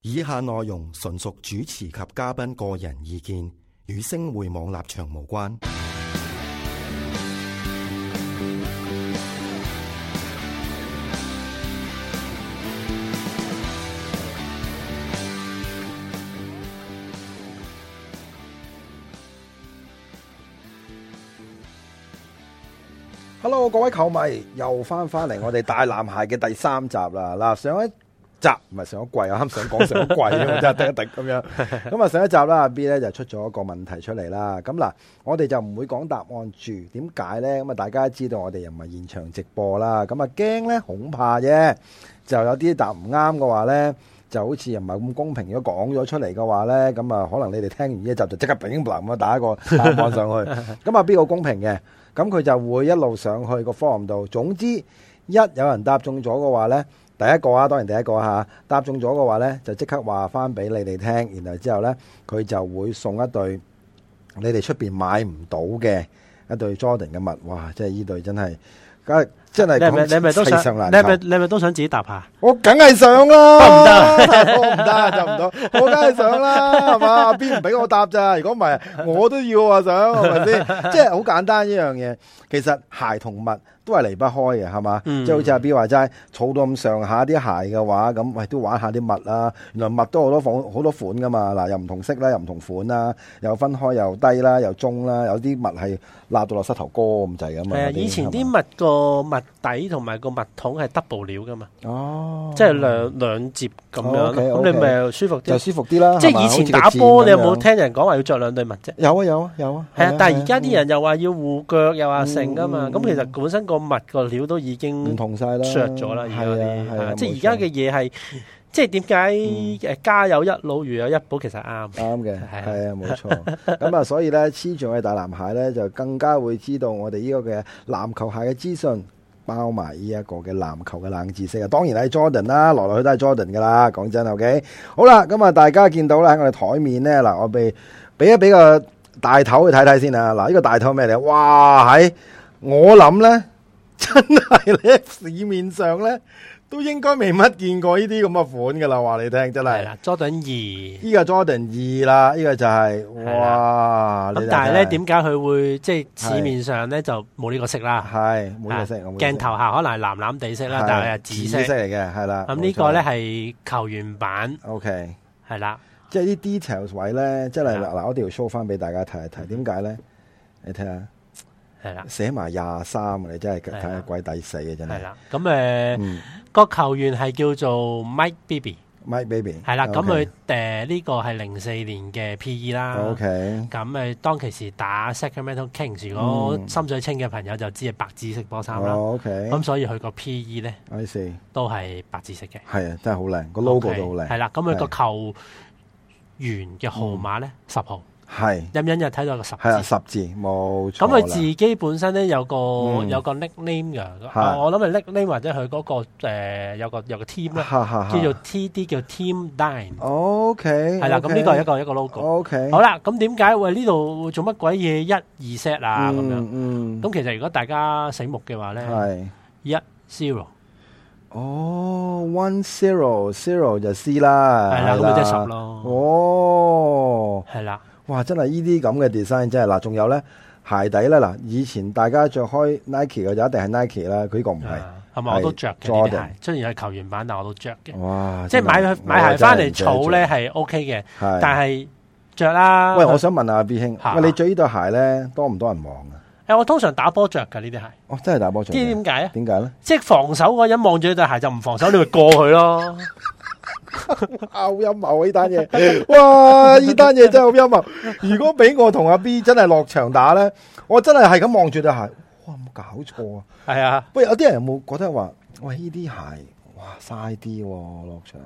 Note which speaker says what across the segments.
Speaker 1: 以下內容純屬主持及嘉賓個人意見，與星匯網立場無關。
Speaker 2: Hello，各位球迷又翻翻嚟我哋大男孩嘅第三集啦。嗱，上一集唔係上一季，我啱想講上一季，啊我真係滴一滴咁樣。咁啊，上一集啦，阿 B 咧就出咗一個問題出嚟啦。咁嗱，我哋就唔會講答案住，點解呢？咁啊，大家知道我哋又唔係現場直播啦，咁啊驚呢，恐怕啫，就有啲答唔啱嘅話呢。就好似又唔係咁公平，如果講咗出嚟嘅話呢，咁啊可能你哋聽完呢一集就即刻乒乓 咁樣打一個答案上去，咁啊邊個公平嘅？咁佢就會一路上去個 form 度。總之一有人答中咗嘅話呢，第一個啊，當然第一個嚇，答中咗嘅話呢，就即刻話翻俾你哋聽，然後之後呢，佢就會送一對你哋出邊買唔到嘅一對 Jordan 嘅襪。哇！即係呢對真係，梗係真係
Speaker 3: 你係咪
Speaker 2: 講
Speaker 3: 你係咪都
Speaker 2: 世
Speaker 3: 想
Speaker 2: 上難
Speaker 3: 你係
Speaker 2: 求
Speaker 3: 咪你係咪都想自己答下？
Speaker 2: 我梗係上啦，
Speaker 3: 哦得唔
Speaker 2: 得？我唔得就唔到，我梗係上 啦，係嘛？阿 B 唔俾我答咋？如果唔係，我都要啊，想係咪 先？即係好簡單一樣嘢，其實鞋同襪都係離不開嘅，係嘛？
Speaker 3: 嗯
Speaker 2: 即係好似阿 B 話齋，儲到咁上下啲鞋嘅話，咁喂都玩下啲襪啦。原來襪都好多款好多款噶嘛，嗱又唔同色啦，又唔同款啦，又分開又低啦，又中啦，有啲襪係揦到落膝頭哥咁滯噶嘛。
Speaker 3: 誒，
Speaker 2: 有
Speaker 3: 啊以前
Speaker 2: 係
Speaker 3: 啲
Speaker 2: 嘛
Speaker 3: 襪個襪底同埋個襪筒係 double 料噶嘛，
Speaker 2: 哦，
Speaker 3: 即係兩兩摺咁樣，
Speaker 2: 哦，OK，
Speaker 3: 咁你
Speaker 2: OK
Speaker 3: 咪舒服
Speaker 2: 就
Speaker 3: 啲。
Speaker 2: 舒服啲啦。
Speaker 3: 即
Speaker 2: 係
Speaker 3: 係
Speaker 2: 嘛
Speaker 3: 以前
Speaker 2: 好
Speaker 3: 打
Speaker 2: 似個
Speaker 3: 波，
Speaker 2: 箭
Speaker 3: 你有
Speaker 2: 咁樣
Speaker 3: 冇聽人講話要着兩對襪啫？
Speaker 2: 有啊有啊有啊，
Speaker 3: 係啊，但係而家啲人又話要護腳，又話剩噶嘛，
Speaker 2: 嗯
Speaker 3: 咁其實本身個襪個料都已
Speaker 2: 嗯唔
Speaker 3: 經
Speaker 2: 同晒啦，
Speaker 3: 削咗啦，而家
Speaker 2: 係啊嗯
Speaker 3: 啲
Speaker 2: 係
Speaker 3: 係
Speaker 2: 啊
Speaker 3: 啊，即係而家嘅嘢係，即係點解誒家有一老如有一寶，其實 啱
Speaker 2: 冇錯。啱嘅，
Speaker 3: 係啊
Speaker 2: 係啊，冇錯。咁啊，所以咧，黐住我哋大男孩咧，就更加會知道我哋呢個嘅籃球鞋嘅資訊，包埋呢一個嘅籃球嘅冷知識啊。當然係 Jordan 啦，來來去都係 Jordan 噶啦。講真，OK。好啦，咁啊，大家見到啦，喺我哋台面咧，嗱，我俾俾一俾個大頭去睇睇先啊。嗱，呢個大頭咩嚟？哇，喺我諗咧，真係咧市面上咧都應該未乜見過呢啲咁嘅款噶啦。話你聽，真
Speaker 3: 係
Speaker 2: 係。
Speaker 3: 啦，Jordan 二。
Speaker 2: 呢個 Jordan 二啦，呢個就係
Speaker 3: 係
Speaker 2: 哇！
Speaker 3: 咁但係咧，
Speaker 2: 點
Speaker 3: 點解佢會即係市面上咧就冇呢個色啦？
Speaker 2: 係每個色我每個色
Speaker 3: 啊鏡頭下可能係藍藍地色啦
Speaker 2: 係，
Speaker 3: 但係係啊紫色。
Speaker 2: 嚟嘅係啦。
Speaker 3: 咁
Speaker 2: 冇
Speaker 3: 呢
Speaker 2: 錯
Speaker 3: 個咧係球員版，
Speaker 2: OK，
Speaker 3: 係啦，
Speaker 2: 即係啲 details 位咧，真係
Speaker 3: 係啦
Speaker 2: 嗱，我哋要 show 翻俾大家睇一睇。點解咧？你睇下
Speaker 3: 係啦，
Speaker 2: 寫埋廿三，啊你真係
Speaker 3: 係啦
Speaker 2: 睇下鬼抵死啊！真
Speaker 3: 係
Speaker 2: 係。
Speaker 3: 啦。咁誒
Speaker 2: 嗯
Speaker 3: 個球員係叫做 Mike Bibby，
Speaker 2: ，My Baby
Speaker 3: 係啦。咁佢啊誒呢個係零四年嘅 P.E. 啦。
Speaker 2: 啊 OK
Speaker 3: 咁誒當其時打 Sacramento Kings，如果
Speaker 2: 嗯哦
Speaker 3: 深水清嘅朋友就知係白紫色波衫啦。
Speaker 2: OK
Speaker 3: 咁所以佢個 P.E. 咧
Speaker 2: I see
Speaker 3: 都係白紫色嘅。
Speaker 2: 係啊，真係好靚，個 logo 都好靚
Speaker 3: 係，啦，咁佢個
Speaker 2: 係
Speaker 3: 球員嘅號碼咧十號，
Speaker 2: 係
Speaker 3: 隱隱又睇到個十
Speaker 2: 係啊，
Speaker 3: 字。
Speaker 2: 十字冇錯
Speaker 3: 咁
Speaker 2: 啦。
Speaker 3: 佢自己本身咧有個
Speaker 2: 嗯
Speaker 3: 有個 nickname 嘅，
Speaker 2: 係
Speaker 3: 我我諗係 nickname 或者佢嗰個誒有個有個 team 啦，
Speaker 2: 哈哈哈
Speaker 3: 叫做 TD 叫 Team Dine，
Speaker 2: OK
Speaker 3: 係啦。咁呢個係一個一個 logo。
Speaker 2: OK
Speaker 3: 好啦，咁點解喂呢度做乜鬼嘢一二 set 啊咁樣？
Speaker 2: 嗯，
Speaker 3: 咁其實如果大家醒目嘅話咧，
Speaker 2: 系
Speaker 3: 一 zero
Speaker 2: 哦，one zero zero 就 C 啦，
Speaker 3: 係啦，咁
Speaker 2: 係
Speaker 3: 咪即係十。咯，
Speaker 2: 哦，
Speaker 3: 係啦，
Speaker 2: 哇，真係呢啲咁嘅 design 真係嗱，仲有咧鞋底咧嗱，以前大家着開 Nike 嘅就一定係 Nike 啦，佢呢個唔係，
Speaker 3: 啊係咪我都
Speaker 2: 係
Speaker 3: 着嘅呢啲
Speaker 2: Jordan
Speaker 3: 鞋？雖然係球員版，但我都着嘅。
Speaker 2: 哇，
Speaker 3: 啊即係買
Speaker 2: 真
Speaker 3: 佢
Speaker 2: 係
Speaker 3: 買鞋翻嚟儲咧，係 O K 嘅，
Speaker 2: 係
Speaker 3: 但係着啦。
Speaker 2: 喂，我想問下阿 B 兄，
Speaker 3: 嚇
Speaker 2: 喂，你着呢對鞋咧多唔多人望啊？
Speaker 3: 誒我通常打波着㗎呢啲鞋，
Speaker 2: 哦，真係打波
Speaker 3: 知
Speaker 2: 場
Speaker 3: 唔知
Speaker 2: 嘅，
Speaker 3: 點解啊？
Speaker 2: 點解咧？
Speaker 3: 即係防守嗰人望住你對鞋就唔防守，你咪過 佢咯。
Speaker 2: 好陰謀啊！呢單嘢，哇！呢單嘢真係好陰謀。如果俾我同阿 B 真係落場打咧，我真係係咁望住對鞋，哇！有冇搞錯啊！
Speaker 3: 係啊，
Speaker 2: 喂，有啲人有冇覺得話，喂呢啲鞋，哇嘥啲喎落場？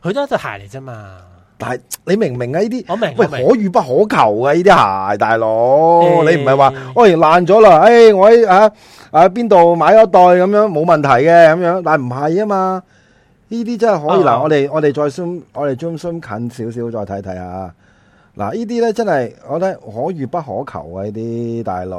Speaker 3: 佢都係對鞋嚟啫嘛。
Speaker 2: 但係你明唔明啊？呢啲
Speaker 3: 我明
Speaker 2: 喂
Speaker 3: 我明
Speaker 2: 可遇不可求啊！呢啲鞋，大佬，
Speaker 3: 誒
Speaker 2: 你唔係話喂爛咗啦，誒我喺啊啊邊度買咗對咁樣冇問題嘅咁樣，但係唔係啊嘛？呢啲真係可以
Speaker 3: 啊
Speaker 2: 嗱，我哋我哋再 zoom，我哋 zoom zoom 近少少再睇睇下。嗱，呢啲咧真係我覺得可遇不可求啊！呢啲大佬，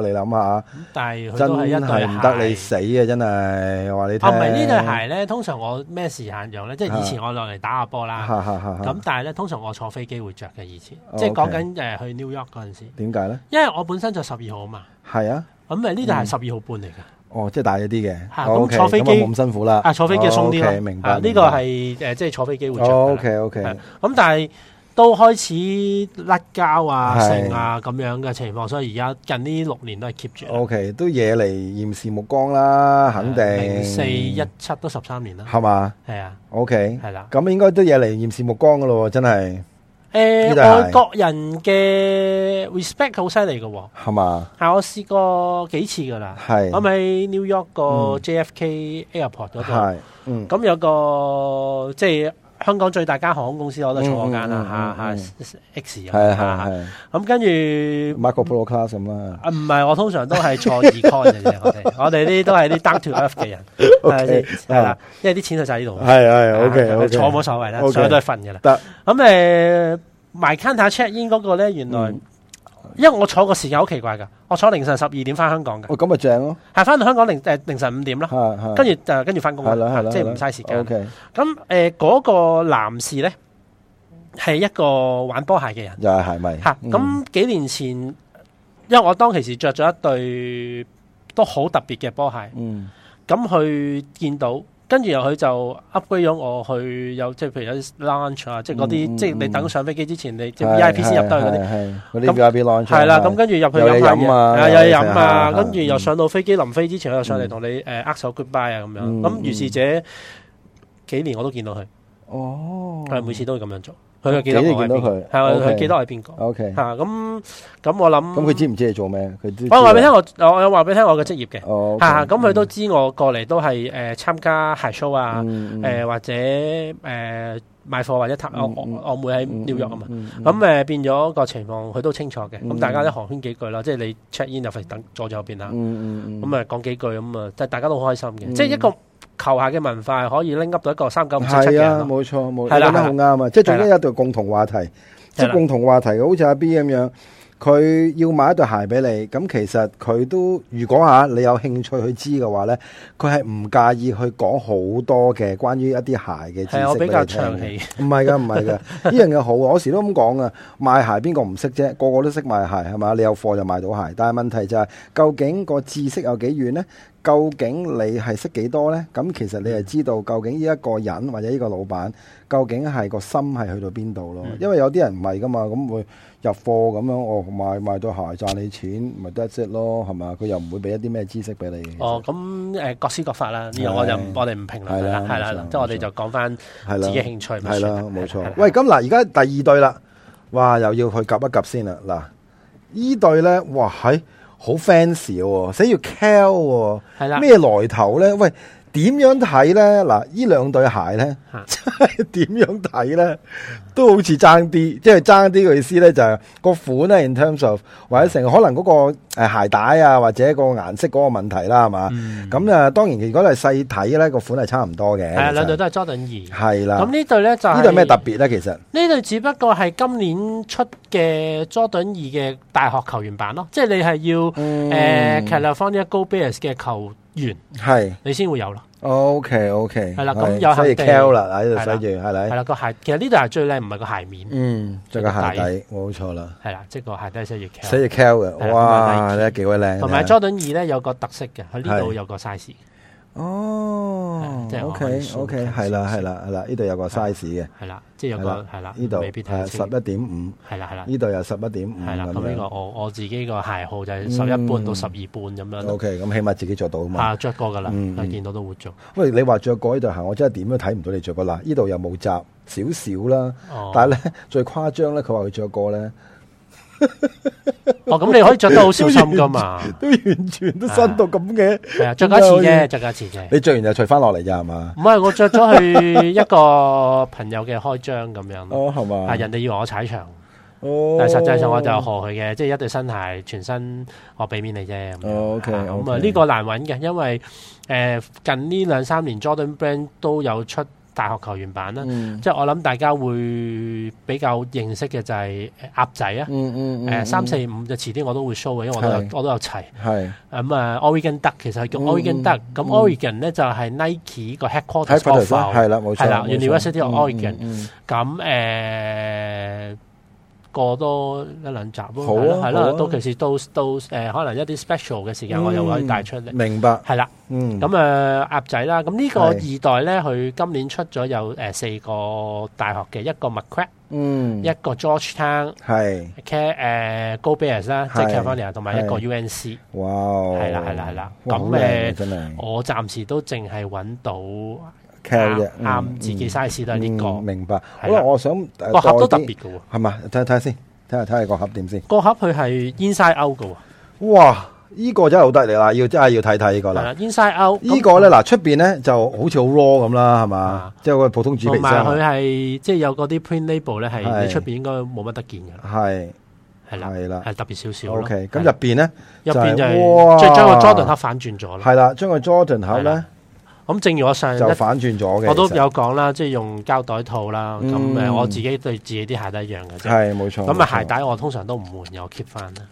Speaker 2: 你諗下，
Speaker 3: 但係佢
Speaker 2: 真
Speaker 3: 都係一對
Speaker 2: 係
Speaker 3: 鞋
Speaker 2: 唔得你死啊！真係，我話你聽。啊
Speaker 3: 啊，唔係呢對鞋咧，通常我咩時限用咧？即係以前我落嚟打下波啦，
Speaker 2: 哈哈哈哈，
Speaker 3: 啊咁但係咧，通常我坐飛機會着嘅以前
Speaker 2: 哦，
Speaker 3: 即係
Speaker 2: 啊 OK
Speaker 3: 講緊誒去 New York 嗰陣時，
Speaker 2: 點解咧？
Speaker 3: 因為我本身着十二號啊嘛，
Speaker 2: 係啊，
Speaker 3: 咁誒呢對係十二號半嚟㗎，
Speaker 2: 哦，即係大咗啲嘅。
Speaker 3: 嚇
Speaker 2: O
Speaker 3: 咁
Speaker 2: K，
Speaker 3: 坐飛機
Speaker 2: 咁啊冇咁辛苦啦。
Speaker 3: 啊坐飛機鬆啲
Speaker 2: O K，
Speaker 3: 咯，
Speaker 2: 明
Speaker 3: 啊
Speaker 2: 白。哦
Speaker 3: 呢個係誒即係坐飛機會着㗎
Speaker 2: O
Speaker 3: 啦
Speaker 2: K O K，
Speaker 3: 係咁但係都開始甩膠啊、
Speaker 2: 係
Speaker 3: 剩啊咁樣嘅情況，所以而家近呢六年都係 keep 住啦。啊
Speaker 2: O K，都惹嚟厭視目光啦，哦肯定。
Speaker 3: 零四一七都十三年啦，
Speaker 2: 係嘛
Speaker 3: 係啊，
Speaker 2: ？O K，
Speaker 3: 係啦。
Speaker 2: 咁應該都惹嚟厭視目光噶咯喎，真係呢
Speaker 3: 誒、
Speaker 2: 對鞋
Speaker 3: 呃外國人嘅 respect 好犀利嘅喎，
Speaker 2: 係嘛？
Speaker 3: 係我試過幾次㗎啦。
Speaker 2: 係
Speaker 3: 我咪喺 New York 個
Speaker 2: 嗯
Speaker 3: JFK Airport 嗰
Speaker 2: 係嗯
Speaker 3: 度，咁有個即係香港最大間航空公司，我都坐嗰間
Speaker 2: 嗯
Speaker 3: 啦
Speaker 2: 嗯嗯
Speaker 3: 嚇
Speaker 2: 嗯
Speaker 3: 嚇 X
Speaker 2: 係
Speaker 3: 咁樣
Speaker 2: 係
Speaker 3: 嚇
Speaker 2: 係
Speaker 3: 咁跟住
Speaker 2: Marco Polo class 咁啦。
Speaker 3: 啊，唔係，我通常都係坐 econ 嘅啫， 我哋我哋呢啲都係啲 down to earth 嘅人，係咪
Speaker 2: OK，哦
Speaker 3: 先？係啦，因為啲錢去晒呢度，
Speaker 2: 係係 OK
Speaker 3: 啊
Speaker 2: OK，
Speaker 3: 坐冇所謂啦，
Speaker 2: OK
Speaker 3: 上去都係瞓嘅啦。
Speaker 2: 得
Speaker 3: 咁誒埋 counter check in 嗰個咧，原來
Speaker 2: 嗯
Speaker 3: 因為我坐個時間好奇怪㗎，我坐凌晨十二點翻香港嘅，
Speaker 2: 哦咁咪正咯，
Speaker 3: 係翻到香港凌誒凌晨五點啦，
Speaker 2: 係係。
Speaker 3: 跟住誒跟住翻工
Speaker 2: 哦係啦係
Speaker 3: 啦，
Speaker 2: 啦，
Speaker 3: 即係唔嘥時間
Speaker 2: O。K，
Speaker 3: 咁誒嗰個男士咧係一個玩波鞋嘅人。
Speaker 2: 又係鞋迷。
Speaker 3: 吓，
Speaker 2: 嗯
Speaker 3: 咁幾年前，因為我當其時着咗一對都好特別嘅波鞋，
Speaker 2: 嗯
Speaker 3: 咁佢見到，跟住又佢就 upgrade 咗我去有即係譬如有啲 lounge 啊，即係嗰
Speaker 2: 嗯
Speaker 3: 啲
Speaker 2: 嗯
Speaker 3: 即係你等上飛機之前，你即係
Speaker 2: 係
Speaker 3: VIP 先入得去嗰啲。
Speaker 2: 係係
Speaker 3: 咁
Speaker 2: 嗰啲 VIP launch
Speaker 3: 係啦，咁跟住入去
Speaker 2: 有嘢
Speaker 3: 飲下嘢
Speaker 2: 飲啊
Speaker 3: 係有嘢飲啊，
Speaker 2: 有嘢食啊
Speaker 3: 跟住又上到飛機，臨飛之前佢又上嚟
Speaker 2: 嗯
Speaker 3: 同你誒握手 goodbye 啊咁樣。
Speaker 2: 嗯
Speaker 3: 咁如是者幾年我都見到佢，
Speaker 2: 哦，
Speaker 3: 係每次都會咁樣做。佢又記得
Speaker 2: 幾年
Speaker 3: 我係
Speaker 2: 見到
Speaker 3: 邊個，
Speaker 2: 佢
Speaker 3: 係啊佢
Speaker 2: OK
Speaker 3: 記得我係邊個。
Speaker 2: O K，
Speaker 3: 嚇咁咁我諗
Speaker 2: 咁佢知唔知你做咩？佢都知
Speaker 3: 我話俾你
Speaker 2: 啊
Speaker 3: 聽，我我有話俾你聽我嘅職業嘅，
Speaker 2: 哦，
Speaker 3: 嚇咁佢都知我過嚟都係誒參加 high show
Speaker 2: Ừ,
Speaker 3: 啊，
Speaker 2: 誒
Speaker 3: 誒或者誒賣貨或者探我
Speaker 2: 嗯嗯
Speaker 3: 我我妹喺
Speaker 2: ừ.
Speaker 3: 紐約啊嘛，，咁
Speaker 2: 咁
Speaker 3: 誒變咗個情況佢都清楚嘅，咁
Speaker 2: 嗯
Speaker 3: 大家都寒暄幾句啦，即係你 check in 就費等坐咗右邊啦，
Speaker 2: 嗯
Speaker 3: 咁誒講幾句咁啊，即係大家都好開心嘅，
Speaker 2: 嗯
Speaker 3: 即係一個球鞋嘅文化係可以拎 up 到一個三九五四七嘅
Speaker 2: 係啊，
Speaker 3: 人咯，
Speaker 2: 冇錯冇，
Speaker 3: 係啦
Speaker 2: 你講得好啱啊！即係總
Speaker 3: 係
Speaker 2: 之有一對共同話題，即
Speaker 3: 係
Speaker 2: 係
Speaker 3: 啦
Speaker 2: 共同話題，好似阿 B 咁樣，佢要買一對鞋俾你，咁其實佢都如果嚇你有興趣去知嘅話咧，佢係唔介意去講好多嘅關於一啲鞋嘅知
Speaker 3: 係啊我
Speaker 2: 識俾
Speaker 3: 比
Speaker 2: 你
Speaker 3: 較
Speaker 2: 聽
Speaker 3: 長
Speaker 2: 嘅。
Speaker 3: 氣，
Speaker 2: 唔係噶，唔係 噶，呢樣嘢好啊！我時都咁講啊，賣鞋邊個唔識啫？個個都識賣鞋係嘛？你有貨就賣到鞋，但係問題就係、究竟個知識有幾遠呢？究竟你係識幾多呢？咁其實你係知道究竟呢一個人或者呢個老闆究竟係個心係去到邊度咯？
Speaker 3: 嗯
Speaker 2: 因為有啲人唔係噶嘛，咁會入貨咁樣，哦賣賣對鞋賺你錢，咪得 a 咯，係嘛？佢又唔會俾一啲咩知識俾你。其實
Speaker 3: 哦咁誒各施各法啦，呢樣我就唔
Speaker 2: 係
Speaker 3: 我哋唔評論
Speaker 2: 係啦
Speaker 3: 啦，係
Speaker 2: 冇
Speaker 3: 啦
Speaker 2: 錯，
Speaker 3: 即係我
Speaker 2: 冇
Speaker 3: 哋
Speaker 2: 錯
Speaker 3: 就講
Speaker 2: 係
Speaker 3: 翻自
Speaker 2: 啦
Speaker 3: 己。興趣咪
Speaker 2: 係啦
Speaker 3: 算，啊
Speaker 2: 冇錯
Speaker 3: 係啦。
Speaker 2: 喂，咁嗱，而家第二對啦，哇，又要去及一及先啦。嗱，呢對咧，哇，係好 fancy 喎，寫住 Cal
Speaker 3: 係啦
Speaker 2: 喎，。咩來頭咧？喂，點樣睇咧？嗱，呢兩對鞋咧
Speaker 3: 嚇，
Speaker 2: 真係 點樣睇咧？都好似爭啲，即係爭啲嘅意思咧，就係個款咧，in terms of 或者成個可能嗰個誒鞋帶啊，或者個顏色嗰個問題啦，係
Speaker 3: 嗯
Speaker 2: 嘛？咁啊，當然如果你係細睇咧，個款係差唔多嘅。
Speaker 3: 系啊，兩對
Speaker 2: 其實
Speaker 3: 都係 Jordan
Speaker 2: 係
Speaker 3: 二。
Speaker 2: 啦
Speaker 3: 咁。呢對咧就係
Speaker 2: 呢度有咩特？別咧？其實
Speaker 3: 呢對只不過係今年出嘅 Jordan 二嘅大學球員版咯，即係你係要
Speaker 2: 嗯
Speaker 3: 誒 California Go Bears 嘅球員，
Speaker 2: 係
Speaker 3: 你先會有咯。
Speaker 2: OK OK，
Speaker 3: 係啦咁有
Speaker 2: 所以
Speaker 3: 肯定
Speaker 2: Cal 啦喺度
Speaker 3: 係啦
Speaker 2: 寫住係
Speaker 3: 係
Speaker 2: 咪？
Speaker 3: 啦，個鞋其實呢對係最靚，唔係個鞋面，
Speaker 2: 嗯，着個鞋底冇錯啦，
Speaker 3: 係啦，即係個鞋底係寫住 Cal。
Speaker 2: 寫住 Cal
Speaker 3: 係
Speaker 2: 嘅，
Speaker 3: 啦
Speaker 2: 哇，
Speaker 3: 咁啊
Speaker 2: 你睇幾鬼靚啊！
Speaker 3: 同埋 Jordan 二咧有個特色嘅，佢呢度
Speaker 2: 係
Speaker 3: 有個 size
Speaker 2: 哦
Speaker 3: 係即係我可以
Speaker 2: OK
Speaker 3: show
Speaker 2: OK，
Speaker 3: 睇
Speaker 2: 係啦
Speaker 3: 先
Speaker 2: 係啦係啦，呢度有個 size 嘅，
Speaker 3: 係啦，即係有
Speaker 2: 係啦
Speaker 3: 個係啦，
Speaker 2: 呢度
Speaker 3: 未必睇
Speaker 2: 係
Speaker 3: 得清
Speaker 2: 十一點五，
Speaker 3: 係啦係啦
Speaker 2: 呢度又十一點五
Speaker 3: 係啦。
Speaker 2: 嗯咁
Speaker 3: 咁呢個
Speaker 2: 樣。
Speaker 3: 我我自己個鞋號就係十一半到十二半咁樣咯
Speaker 2: OK，咁起哦碼自己着到啊嘛。
Speaker 3: 啊，着過噶啦，
Speaker 2: 嗯嗯
Speaker 3: 見到都會做。
Speaker 2: 喂，你話着過呢對鞋，我真係點都睇唔到你着過啦。呢度又冇雜少少啦，
Speaker 3: 哦
Speaker 2: 但係咧最誇張咧，佢話佢着過咧。
Speaker 3: 哦，咁你可以着得好小心噶嘛？
Speaker 2: 都完全都新到咁嘅。
Speaker 3: 係啊，着過一次啫，着過一次啫。
Speaker 2: 你着完就除翻落嚟咋係嘛？
Speaker 3: 唔係，我着咗去一個朋友嘅開張咁樣咯。
Speaker 2: 哦，係嘛？
Speaker 3: 啊！人哋以為我踩場，
Speaker 2: 哦，
Speaker 3: 但係實際上我就賀佢嘅，即係一對新鞋，全新我俾面你啫。咁樣
Speaker 2: 哦，OK，
Speaker 3: 啊咁
Speaker 2: OK
Speaker 3: 啊，呢個難揾嘅，因為誒近呢兩三年 Jordan Brand 都有出大學球員版啦。
Speaker 2: 嗯
Speaker 3: 即係我諗大家會比較認識嘅就係鴨仔啊。
Speaker 2: 嗯嗯
Speaker 3: 誒三四五就遲啲我都會 show 嘅，因為我都有
Speaker 2: 係
Speaker 3: 我都有齊。
Speaker 2: 系
Speaker 3: 咁啊，Oregon Duck 其實係叫
Speaker 2: 嗯
Speaker 3: Oregon Duck，
Speaker 2: 嗯
Speaker 3: 咁
Speaker 2: 嗯
Speaker 3: Oregon 咧就係 Nike 個
Speaker 2: 喺
Speaker 3: headquarters
Speaker 2: f o t 啦，系
Speaker 3: office。
Speaker 2: 啦，冇錯
Speaker 3: 係啦
Speaker 2: 冇錯
Speaker 3: University of
Speaker 2: 嗯
Speaker 3: Oregon
Speaker 2: 嗯
Speaker 3: 咁誒過多一兩集咯，
Speaker 2: 好啊
Speaker 3: 係咯係
Speaker 2: 好啊
Speaker 3: 啦，到其時到到誒可能一啲 special 嘅時間，我又可以帶出
Speaker 2: 嗯
Speaker 3: 嚟。
Speaker 2: 明白，
Speaker 3: 係啦，
Speaker 2: 嗯，
Speaker 3: 咁誒鴨仔啦，咁呢個
Speaker 2: 係
Speaker 3: 二代咧，佢今年出咗有誒四個大學嘅，一個 McCrack，
Speaker 2: 嗯，
Speaker 3: 一個 Georgetown。
Speaker 2: 系，
Speaker 3: 嘅誒呃 Go Bears 啦，即係
Speaker 2: 係
Speaker 3: California 同埋一個
Speaker 2: 係
Speaker 3: UNC，
Speaker 2: 哇，
Speaker 3: 係啦係啦係啦
Speaker 2: 哇
Speaker 3: 咁
Speaker 2: 好靚啊
Speaker 3: 誒
Speaker 2: 真係
Speaker 3: 我暫時都淨係揾到啱
Speaker 2: carry 啫嗯
Speaker 3: 啱自己
Speaker 2: 嗯
Speaker 3: size 啦呢
Speaker 2: 嗯
Speaker 3: 個
Speaker 2: 明白。好
Speaker 3: 係啦
Speaker 2: 啦，我想诶，
Speaker 3: 個盒都特別嘅喎，
Speaker 2: 系嘛？睇睇下先，睇下睇下個盒點先。
Speaker 3: 個盒佢係 inside out 嘅喎，
Speaker 2: 哇！呢個真係好得嚟啦，要真係要睇睇呢個
Speaker 3: 係
Speaker 2: 啦。
Speaker 3: 啦 inside out
Speaker 2: 呢個咧嗱，出边咧就好似好 raw 咁啦，係嘛
Speaker 3: 啊？
Speaker 2: 即係個普通紙
Speaker 3: 同
Speaker 2: 皮
Speaker 3: 埋佢
Speaker 2: 箱。啊
Speaker 3: 係即係有嗰啲 print label 咧，
Speaker 2: 係
Speaker 3: 係你出邊應該冇乜得見嘅啦，
Speaker 2: 係
Speaker 3: 係啦，
Speaker 2: 係啦
Speaker 3: 係特別少少咯
Speaker 2: OK，咁
Speaker 3: 係
Speaker 2: 入
Speaker 3: 啦
Speaker 2: 边咧
Speaker 3: 入邊就
Speaker 2: 哇
Speaker 3: 係即係將個 Jordan 盒反轉咗啦。
Speaker 2: 係啦，將個 Jordan 盒
Speaker 3: 係啦
Speaker 2: 咧
Speaker 3: 咁正如我上一
Speaker 2: 就反轉咗嘅。
Speaker 3: 我都
Speaker 2: 其實
Speaker 3: 有講啦，即係用膠袋套啦，咁
Speaker 2: 嗯
Speaker 3: 誒我自己對自己啲鞋都一樣嘅啫。
Speaker 2: 係哦冇錯。
Speaker 3: 咁啊
Speaker 2: 冇錯
Speaker 3: 鞋帶我通常都唔換嘅，我 keep 翻啦。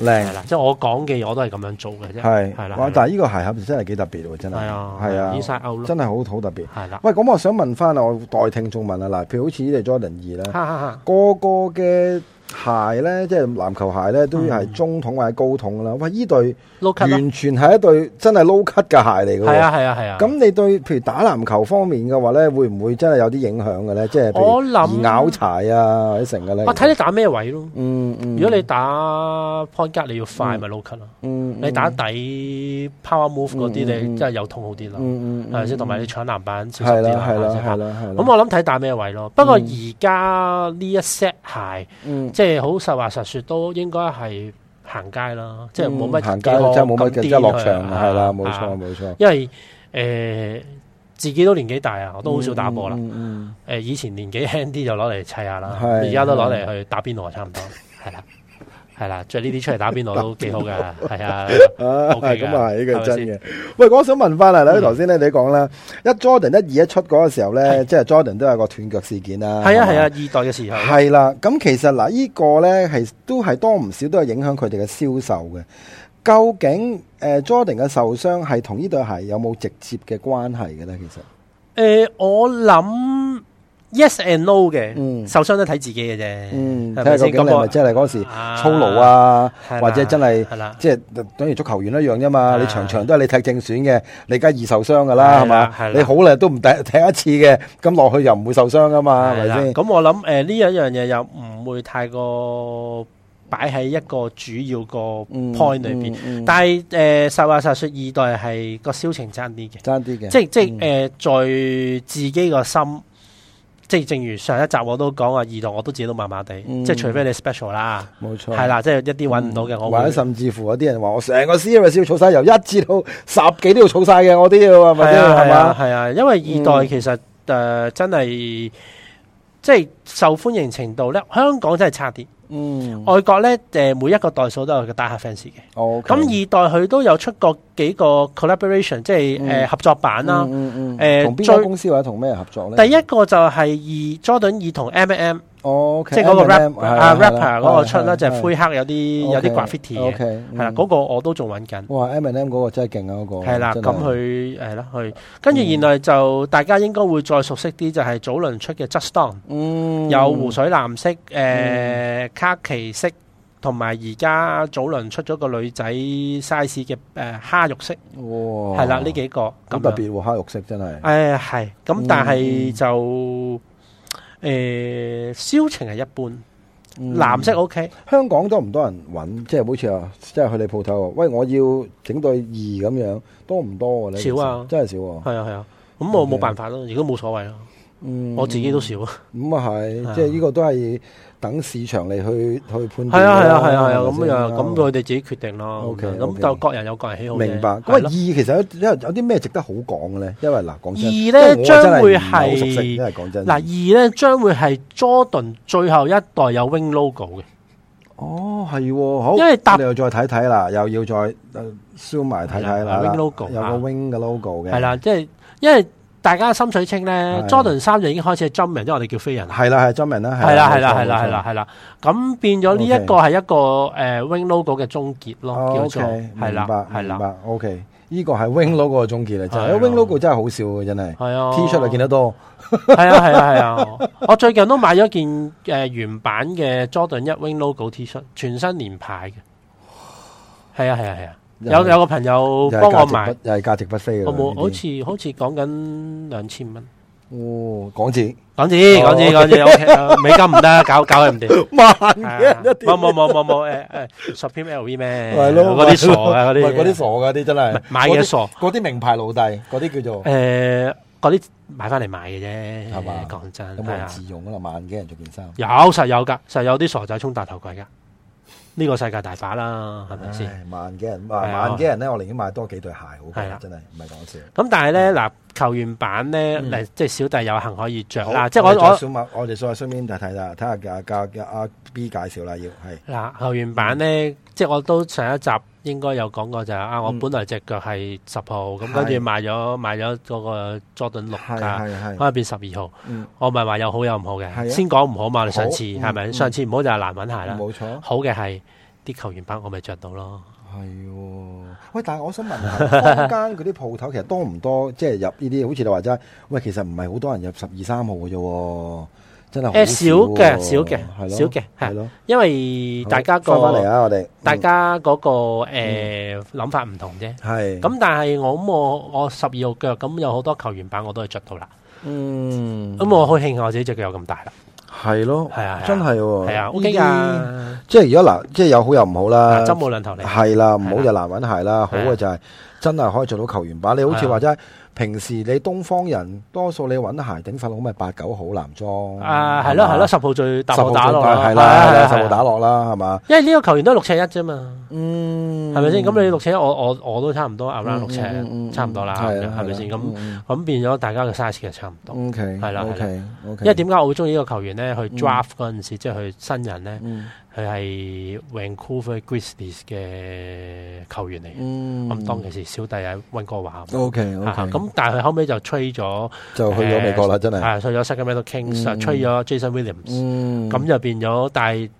Speaker 3: 係
Speaker 2: 靚
Speaker 3: 啦，即係我講嘅嘢我都係咁樣做嘅啫。
Speaker 2: 係
Speaker 3: 係啦
Speaker 2: 哇！
Speaker 3: 係啦
Speaker 2: 但係呢個鞋盒真係幾特別喎，真係。
Speaker 3: 係啊，
Speaker 2: 係啊，
Speaker 3: ，inside out 咯，
Speaker 2: 真係好好特別。
Speaker 3: 係啦。
Speaker 2: 喂，咁我想問翻啊，我代聽眾問啊，嗱，譬如好似呢對 Jordan 二咧。
Speaker 3: 哈哈哈
Speaker 2: 個個嘅鞋咧，即係籃球鞋咧，都要係中筒或者高筒㗎啦。喂，呢對
Speaker 3: low cut 咯，
Speaker 2: 完全係一對真係 low cut 嘅鞋嚟嘅
Speaker 3: 係
Speaker 2: 喎。
Speaker 3: 啊係啊係啊。
Speaker 2: 咁你對譬如打籃球方面嘅話咧，會唔會真係有啲影響嘅咧？即係譬
Speaker 3: 我
Speaker 2: 如
Speaker 3: 諗
Speaker 2: 易咬柴啊，或者成嘅咧？
Speaker 3: 我睇你打咩位咯。
Speaker 2: 嗯，嗯
Speaker 3: 如果你打 point guard 你要快咪 low cut 咯，
Speaker 2: 嗯嗯
Speaker 3: 你打底 power move 嗰啲
Speaker 2: 嗯嗯嗯
Speaker 3: 你真係有痛好啲啦，
Speaker 2: 嗯
Speaker 3: 啊係
Speaker 2: 嗯
Speaker 3: 咪先？同埋你搶籃板小心
Speaker 2: 係
Speaker 3: 啲
Speaker 2: 啦
Speaker 3: 啦，
Speaker 2: 係啦
Speaker 3: 係咪
Speaker 2: 係
Speaker 3: 先
Speaker 2: 啦嗯係啦。
Speaker 3: 咁我諗睇打咩位咯。不過而家呢一 set 鞋。
Speaker 2: 嗯
Speaker 3: 即係好實話實說，都應該係行街啦，即係冇乜
Speaker 2: 嗯行街
Speaker 3: 幾個
Speaker 2: 真係冇乜嘅，
Speaker 3: 咁癲
Speaker 2: 即係落場
Speaker 3: 去啊
Speaker 2: 係啦，冇錯
Speaker 3: 啊
Speaker 2: 冇錯。
Speaker 3: 因為誒、呃自己都年紀大啊，我都好少打波啦。誒、
Speaker 2: 嗯嗯
Speaker 3: 以前年紀輕啲就攞嚟砌下啦，
Speaker 2: 係
Speaker 3: 而家都攞嚟去打邊爐啊差唔多，係啦。係啦，着呢啲出嚟打邊 爐都幾好噶，係啊，
Speaker 2: 啊，
Speaker 3: OK 㗎
Speaker 2: 咁啊，呢個
Speaker 3: 係咪
Speaker 2: 真
Speaker 3: 先嗯
Speaker 2: 嘅。喂，我想問翻啊，嗱，頭先咧你講啦，一 Jordan 一二一出嗰個時候咧，
Speaker 3: 係
Speaker 2: 即係 Jordan 都有個斷腳事件啦。
Speaker 3: 係啊，
Speaker 2: 嘛
Speaker 3: 係啊，二代嘅時候，
Speaker 2: 係啦。咁其實嗱，呢個咧係都係多唔少都係影響佢哋嘅銷售嘅。究竟誒 Jordan 嘅受傷係同呢對鞋有冇直接嘅關係嘅咧？其實，
Speaker 3: 誒、呃我諗 yes and no 嘅，
Speaker 2: 嗯
Speaker 3: 受傷都睇自己嘅啫，
Speaker 2: 嗯，
Speaker 3: 係
Speaker 2: 睇下
Speaker 3: 咪
Speaker 2: 究
Speaker 3: 先？
Speaker 2: 竟你係咪
Speaker 3: 咁
Speaker 2: 真係嗰時
Speaker 3: 啊
Speaker 2: 操勞啊，
Speaker 3: 係啦
Speaker 2: 或者真係
Speaker 3: 係啦
Speaker 2: 即係等於足球員一樣啫嘛。
Speaker 3: 係
Speaker 2: 你場場都係你踢正選嘅，你梗係易受傷噶啦，係
Speaker 3: 係啦
Speaker 2: 嘛？
Speaker 3: 係啦
Speaker 2: 你好啦，都唔踢踢一次嘅，咁落去又唔會受傷噶嘛，係
Speaker 3: 係啦
Speaker 2: 咪先？
Speaker 3: 咁我諗诶呢一樣嘢又唔會太過擺喺一個主要個
Speaker 2: 嗯
Speaker 3: point 裏边，
Speaker 2: 邊
Speaker 3: 但係诶實話實說，二代係個銷情爭啲嘅，
Speaker 2: 爭啲嘅，嗯
Speaker 3: 即係即系诶在自己個心。即係正如上一集我都講話，二代我都自己都麻麻地，
Speaker 2: 嗯
Speaker 3: 即係除非你 special 啦，
Speaker 2: 冇錯，
Speaker 3: 係啦，即係一啲揾唔到嘅，我
Speaker 2: 或者
Speaker 3: 會
Speaker 2: 甚至乎有啲人話我成個 series 要儲晒，由一至到十幾都要儲晒嘅，我都要係咪
Speaker 3: 係
Speaker 2: 先？
Speaker 3: 啊
Speaker 2: 係
Speaker 3: 係啊
Speaker 2: 嘛？
Speaker 3: 係啊，因為二代
Speaker 2: 嗯
Speaker 3: 其實誒、呃真係即係受歡迎程度咧，香港真係差啲。
Speaker 2: 嗯哦
Speaker 3: 外國咧，誒每一個代數都有個大客 fans 嘅。
Speaker 2: ，OK，
Speaker 3: 咁二代佢都有出過幾個 collaboration，即係
Speaker 2: 嗯
Speaker 3: 誒合作版啦。
Speaker 2: 嗯嗯嗯
Speaker 3: 啊誒
Speaker 2: 同邊間
Speaker 3: 最
Speaker 2: 公司或者同咩合作咧？
Speaker 3: 第一個就係二 Jordan 二同 M&M，
Speaker 2: 哦，OK，
Speaker 3: 即係嗰個
Speaker 2: M&M，
Speaker 3: rap 啊
Speaker 2: 係啦哦
Speaker 3: rapper 嗰個出
Speaker 2: 係
Speaker 3: 啦，就
Speaker 2: 係
Speaker 3: 係灰黑有啲有
Speaker 2: OK，
Speaker 3: 啲 graffiti 嘅，
Speaker 2: OK，
Speaker 3: 係啦，
Speaker 2: 嗯
Speaker 3: 嗰個我都仲揾緊。
Speaker 2: 哇，M&M 嗰個真係勁嗯啊，嗰個
Speaker 3: 係啦，
Speaker 2: 真
Speaker 3: 咁佢係啦，佢跟住然來就大家應該會再熟悉啲，就係早輪出嘅 Just Don，
Speaker 2: 嗯
Speaker 3: 有湖水藍色、誒卡其色，同埋而家早輪出咗個女仔 size 嘅誒蝦肉色，
Speaker 2: 哇，
Speaker 3: 係啦呢幾個
Speaker 2: 好
Speaker 3: 咁
Speaker 2: 特
Speaker 3: 樣。
Speaker 2: 別喎，黑肉色真係
Speaker 3: 诶，系，咁但
Speaker 2: 嗯
Speaker 3: 係就诶，銷情係一般，藍色 O K，
Speaker 2: 香港都唔多人揾，即係好似啊，即係去你鋪頭話，喂，我要整對二咁樣，多唔多嘅咧？
Speaker 3: 少啊
Speaker 2: 真係少喎。
Speaker 3: 係啊係啊，咁我
Speaker 2: OK
Speaker 3: 冇辦法咯，如果冇所謂咯，
Speaker 2: 嗯
Speaker 3: 我自己都少啊，
Speaker 2: 咁啊係，
Speaker 3: 啊
Speaker 2: 即係呢個都係等市場嚟去去判斷
Speaker 3: 係啊係啊係啊係啊，
Speaker 2: 係咪
Speaker 3: 咁
Speaker 2: 先
Speaker 3: 又咁佢哋自己決定咯
Speaker 2: OK，
Speaker 3: 咁樣
Speaker 2: OK
Speaker 3: 咁就各人有各人喜好啫
Speaker 2: 明白。咁啊，
Speaker 3: 係
Speaker 2: 二
Speaker 3: 咯
Speaker 2: 其實有有有啲咩值得好講嘅咧？因為嗱，講真，因為
Speaker 3: 二咧
Speaker 2: 我
Speaker 3: 將
Speaker 2: 真係
Speaker 3: 會
Speaker 2: 唔好熟悉，因
Speaker 3: 係
Speaker 2: 為講真，
Speaker 3: 嗱二咧將會係 Jordan 最後一代有 wing logo 嘅，
Speaker 2: 哦，係喎，好，
Speaker 3: 因為搭
Speaker 2: 我哋又再睇睇啦，又要再誒 zoom 埋睇睇啦
Speaker 3: 係啦，wing logo，
Speaker 2: 有個
Speaker 3: 啊
Speaker 2: wing 嘅 logo 嘅，
Speaker 3: 係啦，即係因為大家心水清咧
Speaker 2: 係
Speaker 3: ，Jordan 三就已經開始係 jumpman，即係我哋叫飛人啦。
Speaker 2: 係啦，係 j o m a n 啦，
Speaker 3: 係啦，係啦，
Speaker 2: 冇錯
Speaker 3: 係啦，係啦，，係啦。咁變咗呢一個係一個誒 wing logo 嘅終結咯，
Speaker 2: O
Speaker 3: 叫
Speaker 2: K，
Speaker 3: 做係
Speaker 2: 哦明
Speaker 3: 啦
Speaker 2: 白，，
Speaker 3: 係
Speaker 2: 明
Speaker 3: 啦，
Speaker 2: 白，O K，呢個係 Wing logo 嘅總結嚟，真
Speaker 3: 係
Speaker 2: 係
Speaker 3: 啊
Speaker 2: Wing logo 真係好少嘅，真係
Speaker 3: 係啊
Speaker 2: T 恤就見得多，
Speaker 3: 係啊，係啊，係 啊！我最近都買咗件誒原版嘅 Jordan 一 Wing Logo T 恤，全身連牌嘅。係啊，係啊，係啊！有有個朋友
Speaker 2: 又係
Speaker 3: 幫我
Speaker 2: 價值
Speaker 3: 買，
Speaker 2: 不，又係價值不菲嘅啦，
Speaker 3: 我冇，
Speaker 2: 呢啲
Speaker 3: 好 似好似講緊兩千蚊。
Speaker 2: 哦，港紙
Speaker 3: 港紙，
Speaker 2: 哦
Speaker 3: 港紙，港 紙，OK，啊美金唔得，搞搞佢唔掂。
Speaker 2: 萬
Speaker 3: 係啊
Speaker 2: 嘅一啲，
Speaker 3: 冇冇冇冇冇，誒誒，Supreme LV 咩？
Speaker 2: 係咯，
Speaker 3: 嗰啲傻嘅嗰
Speaker 2: 唔係嗰啲
Speaker 3: 啲，
Speaker 2: 傻嘅啲真係
Speaker 3: 買嘢傻。
Speaker 2: 嗰啲名牌奴隸，嗰啲 叫做
Speaker 3: 誒，嗰啲買翻嚟買嘅啫，
Speaker 2: 係嘛
Speaker 3: 講真，
Speaker 2: 有冇
Speaker 3: 係
Speaker 2: 人
Speaker 3: 啊，
Speaker 2: 自用啊？萬幾人着件衫，
Speaker 3: 有實有㗎，實有啲傻仔衝大頭鬼㗎。呢個世界大把啦，係咪先？
Speaker 2: 唉，萬幾人，
Speaker 3: 係啊
Speaker 2: 萬幾人咧，我寧願買多幾對鞋好
Speaker 3: 係
Speaker 2: 過，
Speaker 3: 啊
Speaker 2: 真係唔係講笑。
Speaker 3: 咁但係咧，嗱，球員版咧，
Speaker 2: 嗯
Speaker 3: 嗱，即係小弟有幸可以着
Speaker 2: 好
Speaker 3: 啦，即係我
Speaker 2: 哋再
Speaker 3: 我。
Speaker 2: 小馬我哋再順便睇睇啦，睇下嘅嘅阿 B 介紹啦，要係
Speaker 3: 嗱，後原版咧，即係我都上一集應該有講過就係、啊，我
Speaker 2: 嗯
Speaker 3: 本來只腳係十號，咁
Speaker 2: 係
Speaker 3: 跟住買咗買咗嗰個 Jordan 六啊，
Speaker 2: 係
Speaker 3: 可能變十二號。
Speaker 2: 嗯
Speaker 3: 我咪話有好有唔好
Speaker 2: 係啊
Speaker 3: 嘅，先講唔好嘛。你上次
Speaker 2: 好嗯
Speaker 3: 係咪？
Speaker 2: 嗯
Speaker 3: 上次唔好就係難揾鞋啦。
Speaker 2: 冇錯，
Speaker 3: 好嘅係啲球員版我咪着到咯。
Speaker 2: 係喎。喂，但係我想問 下，坊間嗰啲鋪頭其實多唔多？即係入呢啲，好似你話齋，喂，其實唔係好多人入十二三號嘅啫喎，真係好
Speaker 3: 誒少嘅
Speaker 2: 喎
Speaker 3: 少嘅
Speaker 2: 係咯
Speaker 3: 少嘅
Speaker 2: 係咯。
Speaker 3: 因為大家
Speaker 2: 翻翻嚟
Speaker 3: 個
Speaker 2: 啊，嗯我哋
Speaker 3: 大家嗰個誒諗法唔同啫。
Speaker 2: 嗯係
Speaker 3: 咁但係我咁我我十二號腳咁有好多球員版我都係着到啦。
Speaker 2: 嗯
Speaker 3: 咁我好慶幸我自己只腳有咁大啦。
Speaker 2: 係咯，
Speaker 3: 係啊係啊
Speaker 2: 真係喎，
Speaker 3: 系啊，OK 啊
Speaker 2: 呢啲。
Speaker 3: 噶，
Speaker 2: 即係如果嗱，即係有好有唔好啦
Speaker 3: 嗱，真冇兩頭嚟，
Speaker 2: 呃係啊啦，唔好
Speaker 3: 係啦
Speaker 2: 就難揾鞋啦。好
Speaker 3: 係
Speaker 2: 嘅
Speaker 3: 啊
Speaker 2: 就係真係可以做到球員版。你好似
Speaker 3: 係啊
Speaker 2: 話齋，平時你東方人多數你揾鞋頂法佬咪八九好男裝
Speaker 3: 啊係咯係咯，，十號
Speaker 2: 係嘛
Speaker 3: 最大
Speaker 2: 十號
Speaker 3: 號打落啊
Speaker 2: 最大係啦，係啦，十號打，落啦，係嘛？
Speaker 3: 因為呢個球員都係六尺一啫嘛，
Speaker 2: 嗯
Speaker 3: 係咪先？咁你六尺一，我我我都差唔多，啱啦，
Speaker 2: 嗯
Speaker 3: 六
Speaker 2: 嗯嗯
Speaker 3: 尺差唔多啦，
Speaker 2: 係啊
Speaker 3: 係咪先？咁
Speaker 2: 嗯
Speaker 3: 咁變咗大家嘅 size 其實差唔多。
Speaker 2: 嗯 OK，
Speaker 3: 係啦係啦
Speaker 2: OK，
Speaker 3: 因為點解我會中意呢個球員咧？去 draft 嗰陣時，即係去新人咧，
Speaker 2: 嗯
Speaker 3: 佢係 Vancouver Grizzlies 嘅球員嚟嘅。
Speaker 2: 嗯
Speaker 3: 咁當其時，小弟喺温哥華啊嘛，
Speaker 2: OK
Speaker 3: 啊
Speaker 2: OK，
Speaker 3: 咁但係佢後尾就吹咗，
Speaker 2: 就去咗美國啦，真係。
Speaker 3: 啊，去咗 Sacramento Kings，啊
Speaker 2: 嗯
Speaker 3: 吹咗 Jason Williams。
Speaker 2: 嗯
Speaker 3: 咁就變咗，但係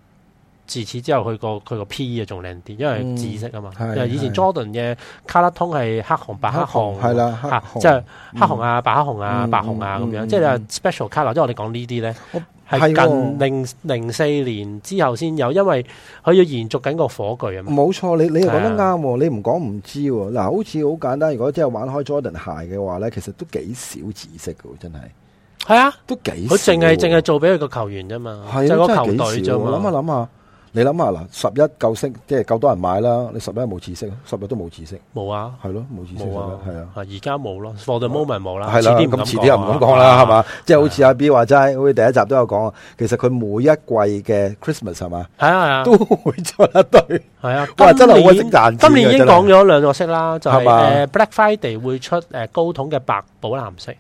Speaker 3: 自此之後，佢個佢個 P.E. 啊仲靚啲，因為紫色啊嘛。
Speaker 2: 嗯係
Speaker 3: 因為以前
Speaker 2: 係
Speaker 3: Jordan 嘅卡拉通係黑紅白黑紅，
Speaker 2: 係啦，
Speaker 3: 嚇，
Speaker 2: 黑
Speaker 3: 即係
Speaker 2: 嗯
Speaker 3: 黑紅啊、白黑紅啊、
Speaker 2: 嗯
Speaker 3: 白紅啊咁樣。
Speaker 2: 嗯
Speaker 3: 即係你
Speaker 2: 嗯
Speaker 3: 話 special 卡啦，即係我哋講呢啲咧
Speaker 2: 我，係
Speaker 3: 係
Speaker 2: 喎
Speaker 3: 近零零四年之後先有，因為佢要延續緊個火炬啊嘛。
Speaker 2: 冇錯，你你又講得
Speaker 3: 係啊
Speaker 2: 啱喎，你唔講唔知喎。嗱，好似好簡單，如果真係玩開 Jordan 鞋嘅話咧，其實都幾少紫色嘅喎，真係
Speaker 3: 係啊，
Speaker 2: 都幾
Speaker 3: 佢淨係淨係
Speaker 2: 係
Speaker 3: 做俾佢個球員啫嘛，
Speaker 2: 係
Speaker 3: 就
Speaker 2: 咯，
Speaker 3: 係
Speaker 2: 真
Speaker 3: 個球
Speaker 2: 係
Speaker 3: 隊
Speaker 2: 幾少
Speaker 3: 啫
Speaker 2: 喎。諗下
Speaker 3: 嘛。
Speaker 2: 諗下，你諗下嗱，十一夠色，即係夠多人買啦。你十一冇紫色，十一都冇紫色，
Speaker 3: 冇啊，
Speaker 2: 係咯，冇紫色，十一
Speaker 3: 冇啊，
Speaker 2: 係啊。
Speaker 3: 而家冇咯，for the moment 冇啦，
Speaker 2: 係啦，咁
Speaker 3: 遲啲唔敢啊
Speaker 2: 遲啲又唔敢 講啦，係嘛？即係好似阿 B 話齋，好似第一集都有講啊。其實佢每一季嘅 Christmas 係嘛，
Speaker 3: 係啊係啊，
Speaker 2: 都會做一對。
Speaker 3: 系啊，
Speaker 2: 哇真係好鬼識
Speaker 3: 今
Speaker 2: 賺錢
Speaker 3: 年今年已
Speaker 2: 嘅
Speaker 3: 經
Speaker 2: 真係
Speaker 3: 講咗兩個色啦，就係
Speaker 2: 係嘛
Speaker 3: 誒 Black Friday 會出誒高筒嘅白寶藍色，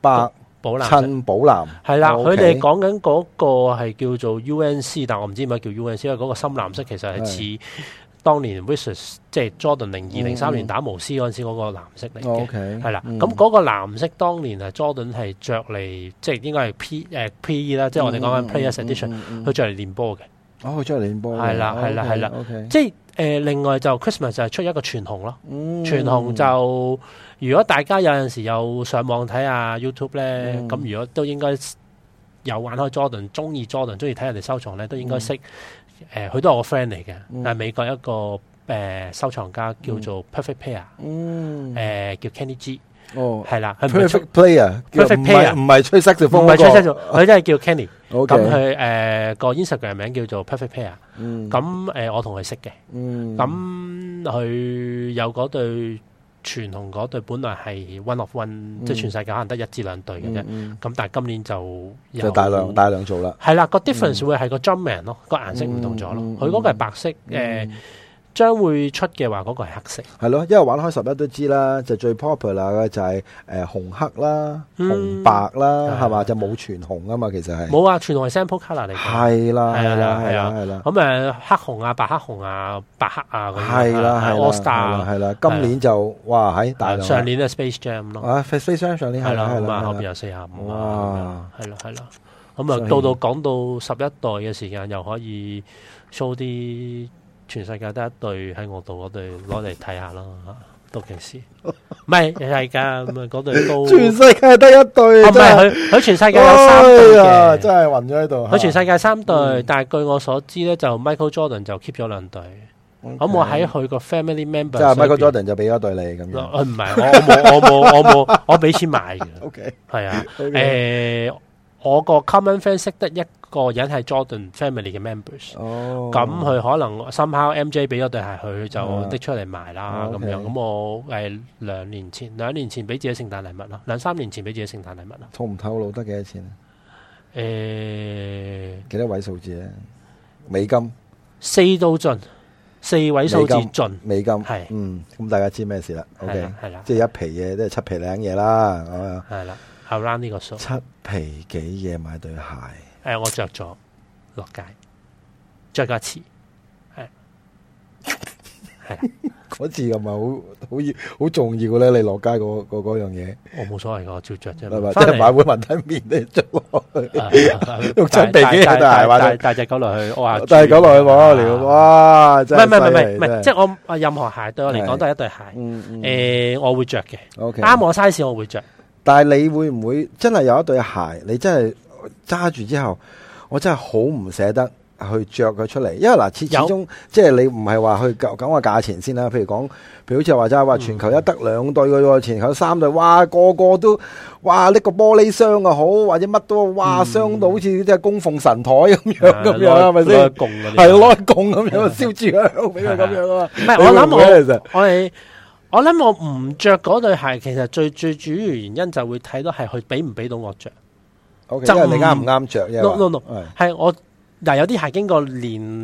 Speaker 2: 白
Speaker 3: 寶藍色
Speaker 2: 襯寶藍
Speaker 3: 係啦。
Speaker 2: OK
Speaker 3: 佢哋講緊嗰個係叫做 UNC，但我唔知點解叫 UNC，因為嗰個深藍色其實係似當年 Wizards 即係 Jordan 零二零三年打巫師嗰陣時嗰個藍色嚟嘅。
Speaker 2: 嗯，OK，
Speaker 3: 係啦，
Speaker 2: 嗯
Speaker 3: 咁嗰個藍色當年係 Jordan 係着嚟，即係應該係 P 誒 PE 啦，即係我哋
Speaker 2: 嗯
Speaker 3: 講緊 Players Edition，佢着嚟練波嘅。
Speaker 2: 哦，佢出嚟練波嘅，
Speaker 3: 係啦係啦係啦
Speaker 2: ，OK，
Speaker 3: 即係誒，另外就 Christmas 就係出一個全紅咯。全
Speaker 2: 全
Speaker 3: 紅就
Speaker 2: 嗯
Speaker 3: 如果大家有陣時有上網睇下 YouTube 咧，
Speaker 2: 嗯
Speaker 3: 咁、如果都應該有玩開 Jordan，中意 Jordan，中意睇人哋收藏咧，都應該識誒，呃佢、都係我 friend 嚟嘅，
Speaker 2: 嗯
Speaker 3: 係美國一個誒、呃收藏家叫做 Perfect Pair，誒、
Speaker 2: 嗯
Speaker 3: 呃叫 Kenny G，
Speaker 2: 哦
Speaker 3: 係啦，佢唔係吹
Speaker 2: perfect player
Speaker 3: Perfect
Speaker 2: 唔係
Speaker 3: player
Speaker 2: 唔係吹 saxophone
Speaker 3: 唔係吹西做，佢真係叫 Kenny，
Speaker 2: 做
Speaker 3: 咁佢誒個 Instagram 名叫做 Perfect Pair，
Speaker 2: 咁
Speaker 3: 咁誒、呃我同佢識嘅。咁
Speaker 2: 嗯
Speaker 3: 佢有嗰對全紅嗰對，本來係 one of one，、即
Speaker 2: 嗯
Speaker 3: 係全世界可能得一至兩對嘅啫。咁、但係今年就有
Speaker 2: 就大量大量做啦，
Speaker 3: 係啦，個 difference 會係個 jumpman 咯，個顏色唔同咗咯
Speaker 2: 嗯嗯。
Speaker 3: 佢嗰個係白色，誒、將會出嘅話，嗰、個係黑色。
Speaker 2: 系咯，因為玩開十一都知啦，就最 popular 嘅就係诶紅黑啦、紅
Speaker 3: 嗯
Speaker 2: 白啦，
Speaker 3: 係
Speaker 2: 係嘛，就冇全紅啊嘛，其實係
Speaker 3: 冇啊，全部係 sample colour 嚟嘅。
Speaker 2: 係啦，係
Speaker 3: 係啊
Speaker 2: 啦，係
Speaker 3: 係
Speaker 2: 啦，
Speaker 3: 啊
Speaker 2: 係啦，
Speaker 3: 咁誒，黑紅啊，白黑紅啊，白黑啊，咁樣
Speaker 2: 係啦，係啦，
Speaker 3: ，All
Speaker 2: 係啦
Speaker 3: Star
Speaker 2: 係啦，今年就哇喺大
Speaker 3: 啊。
Speaker 2: 量
Speaker 3: 上年嘅 Space Jam 咯，
Speaker 2: 啊，Face Face 上年
Speaker 3: 係
Speaker 2: 係啦，
Speaker 3: 啦，
Speaker 2: 係
Speaker 3: 咁啊，
Speaker 2: 啦，
Speaker 3: 後
Speaker 2: 係
Speaker 3: 邊
Speaker 2: 啦
Speaker 3: 有四下五
Speaker 2: 哇
Speaker 3: 啊，咁樣係啦，係啦。咁
Speaker 2: 所
Speaker 3: 啊，
Speaker 2: 以
Speaker 3: 到到講到十一代嘅時間，又可以 show 啲全世界得一對喺我度嗰對攞嚟睇下咯，嚇到其時。 唔係係㗎，咁啊嗰對都。
Speaker 2: 全世界得一對，
Speaker 3: 啊，唔
Speaker 2: 真係
Speaker 3: 係佢佢全世界有三對
Speaker 2: 哎呀
Speaker 3: 嘅
Speaker 2: 真，係暈咗喺度。
Speaker 3: 佢全世界三對，
Speaker 2: 嗯
Speaker 3: 但係據我所知咧，就 Michael Jordan 就 keep 咗兩對。
Speaker 2: OK
Speaker 3: 咁我喺佢個 family member
Speaker 2: 即係 Michael
Speaker 3: 裏邊
Speaker 2: Jordan 就俾咗對你咁樣。
Speaker 3: 呃唔係我我冇我冇我冇我俾錢買嘅，
Speaker 2: O K，
Speaker 3: 係啊，誒我個 common friend 識得一個人係 Jordan family 嘅 members。
Speaker 2: 哦，
Speaker 3: 咁佢可能 somehow MJ 俾咗對鞋佢，就
Speaker 2: 啊
Speaker 3: 拎出嚟賣啦
Speaker 2: 哦
Speaker 3: 咁
Speaker 2: OK
Speaker 3: 樣。咁我誒兩年前，兩年前俾自己聖誕禮物啦，兩三年前俾自己聖誕禮物啦。
Speaker 2: 透唔透露得幾多錢啊？
Speaker 3: 誒
Speaker 2: 幾多位數字啊？美金，
Speaker 3: 四到盡，四位數字盡，
Speaker 2: 美金，
Speaker 3: 係
Speaker 2: 嗯，咁大家知咩事啦？O
Speaker 3: 係
Speaker 2: K，
Speaker 3: 啦，係啦，
Speaker 2: 即係一皮嘢，即係七皮兩嘢啦。咁樣
Speaker 3: 係啦，around 呢個數，誒、
Speaker 2: 七皮幾嘢買對鞋，
Speaker 3: 我着咗落街，着過一次，
Speaker 2: 嗰次咁咪好好要好重要咧？你落街嗰嗰嗰樣嘢，
Speaker 3: 我冇所謂噶，我照着啫
Speaker 2: 係咪
Speaker 3: 嘛。
Speaker 2: 即
Speaker 3: 翻
Speaker 2: 係買
Speaker 3: 嚟
Speaker 2: 碗雲吞麵你着落 去，
Speaker 3: 用
Speaker 2: 用真皮機喺度鞋玩
Speaker 3: 帶帶隻狗落去， 我
Speaker 2: 但係咁落去
Speaker 3: À.
Speaker 2: 喎，你哇，
Speaker 3: 唔
Speaker 2: 真
Speaker 3: 係
Speaker 2: 係
Speaker 3: 唔
Speaker 2: 犀
Speaker 3: 係唔係唔
Speaker 2: 利
Speaker 3: 係，
Speaker 2: 真
Speaker 3: 即
Speaker 2: 係
Speaker 3: 係我我任何鞋對我嚟講
Speaker 2: 係
Speaker 3: 都係一對鞋，
Speaker 2: 嗯嗯
Speaker 3: 誒、我會着嘅，
Speaker 2: O K，
Speaker 3: 啱我 size 我會着。
Speaker 2: 但係你會唔會真係有一對鞋，你真係揸住之後，我真係好唔捨得去着佢出嚟，因為嗱，始始
Speaker 3: 有
Speaker 2: 終即係你唔係話去講講個價錢先啦。譬如講，譬如好似話齋話全球一得兩對嘅喎，全球三對，哇個個都哇拎個玻璃箱又好，或者乜都哇箱到好似即係供奉神台咁樣咁樣，係咪
Speaker 3: 攞
Speaker 2: 先
Speaker 3: 去？供嗰啲
Speaker 2: 係攞嚟供咁樣，燒住香俾佢咁樣啊嘛。
Speaker 3: 唔係，我諗
Speaker 2: 你會唔會呢其實
Speaker 3: 我我係我諗我唔着嗰對鞋，其實最最主要原因就會睇到係佢俾唔俾到我着。
Speaker 2: ，OK，
Speaker 3: 就
Speaker 2: 因為你
Speaker 3: 唔
Speaker 2: 啱唔啱着啫
Speaker 3: No, no, no
Speaker 2: 係
Speaker 3: 係我嗱有啲鞋經過年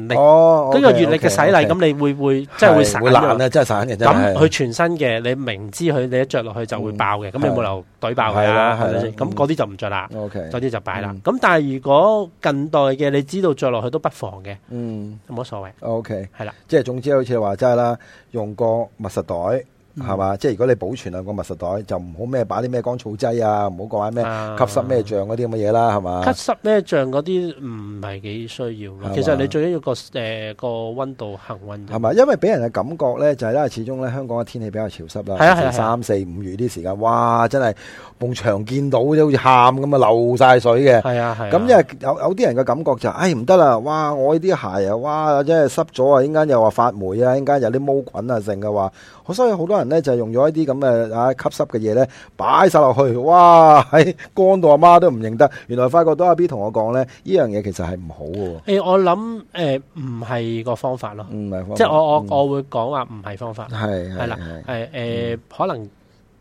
Speaker 3: 歷
Speaker 2: 哦，
Speaker 3: 跟住
Speaker 2: OK，
Speaker 3: 閱歷嘅
Speaker 2: OK，
Speaker 3: 洗禮，
Speaker 2: OK
Speaker 3: 咁你會會即係會散
Speaker 2: 會爛
Speaker 3: 㗎嘛
Speaker 2: 啊，真係散嘅，真
Speaker 3: 咁
Speaker 2: 係。
Speaker 3: 佢全新嘅，你明知佢你一着落去就會爆嘅，咁你
Speaker 2: 係
Speaker 3: 冇理由懟爆
Speaker 2: 係
Speaker 3: 佢
Speaker 2: 啦
Speaker 3: 啦，
Speaker 2: 係
Speaker 3: 係
Speaker 2: 啦
Speaker 3: 咪先？
Speaker 2: 嗯
Speaker 3: 咁嗰啲就唔着啦，
Speaker 2: O K，
Speaker 3: 嗰啲就擺啦
Speaker 2: 嗯。
Speaker 3: 咁但係如果近代嘅，你知道着落去都不妨嘅，
Speaker 2: 嗯
Speaker 3: 冇乜所謂。
Speaker 2: ，O K，
Speaker 3: 係啦，
Speaker 2: 即係總之好似你話齋啦，用個密實袋
Speaker 3: 嗯
Speaker 2: 係嘛，即係如果你保存兩個密實袋，就唔好咩擺啲咩乾燥劑啊，唔好講咩
Speaker 3: 啊
Speaker 2: 吸濕咩醬嗰啲咁嘅嘢啦，係嘛
Speaker 3: 咳濕咩醬嗰啲唔係幾需要
Speaker 2: 係嘛
Speaker 3: 咯。其實你最緊要個誒個温度恆温啫
Speaker 2: 係嘛？因為俾人嘅感覺咧，就係咧，始終咧香港嘅天氣比較潮濕啦，
Speaker 3: 係啊係啊
Speaker 2: 成三四五月啲時間，哇！真係埲牆見到啫，好似喊咁啊，流晒水嘅。
Speaker 3: 係啊係啊。
Speaker 2: 咁因為有有啲人嘅感覺就係，哎唉唔得啦，哇！我呢啲鞋啊，哇！即係濕咗啊，一間又話發霉啊，一間有啲毛菌啊，剩嘅話，我所以好多人咧就係用咗一啲咁嘅啊吸濕嘅嘢咧擺晒落去，哇！ 喺乾到阿媽都唔認得。原來發覺到阿 B 同我講咧，呢樣嘢其實係唔好嘅喎，
Speaker 3: 誒，我諗誒唔係個方法咯，
Speaker 2: 唔嗯係
Speaker 3: 即係我我我會講話唔係方法，
Speaker 2: 係係
Speaker 3: 係啦
Speaker 2: 係，
Speaker 3: 誒誒，可能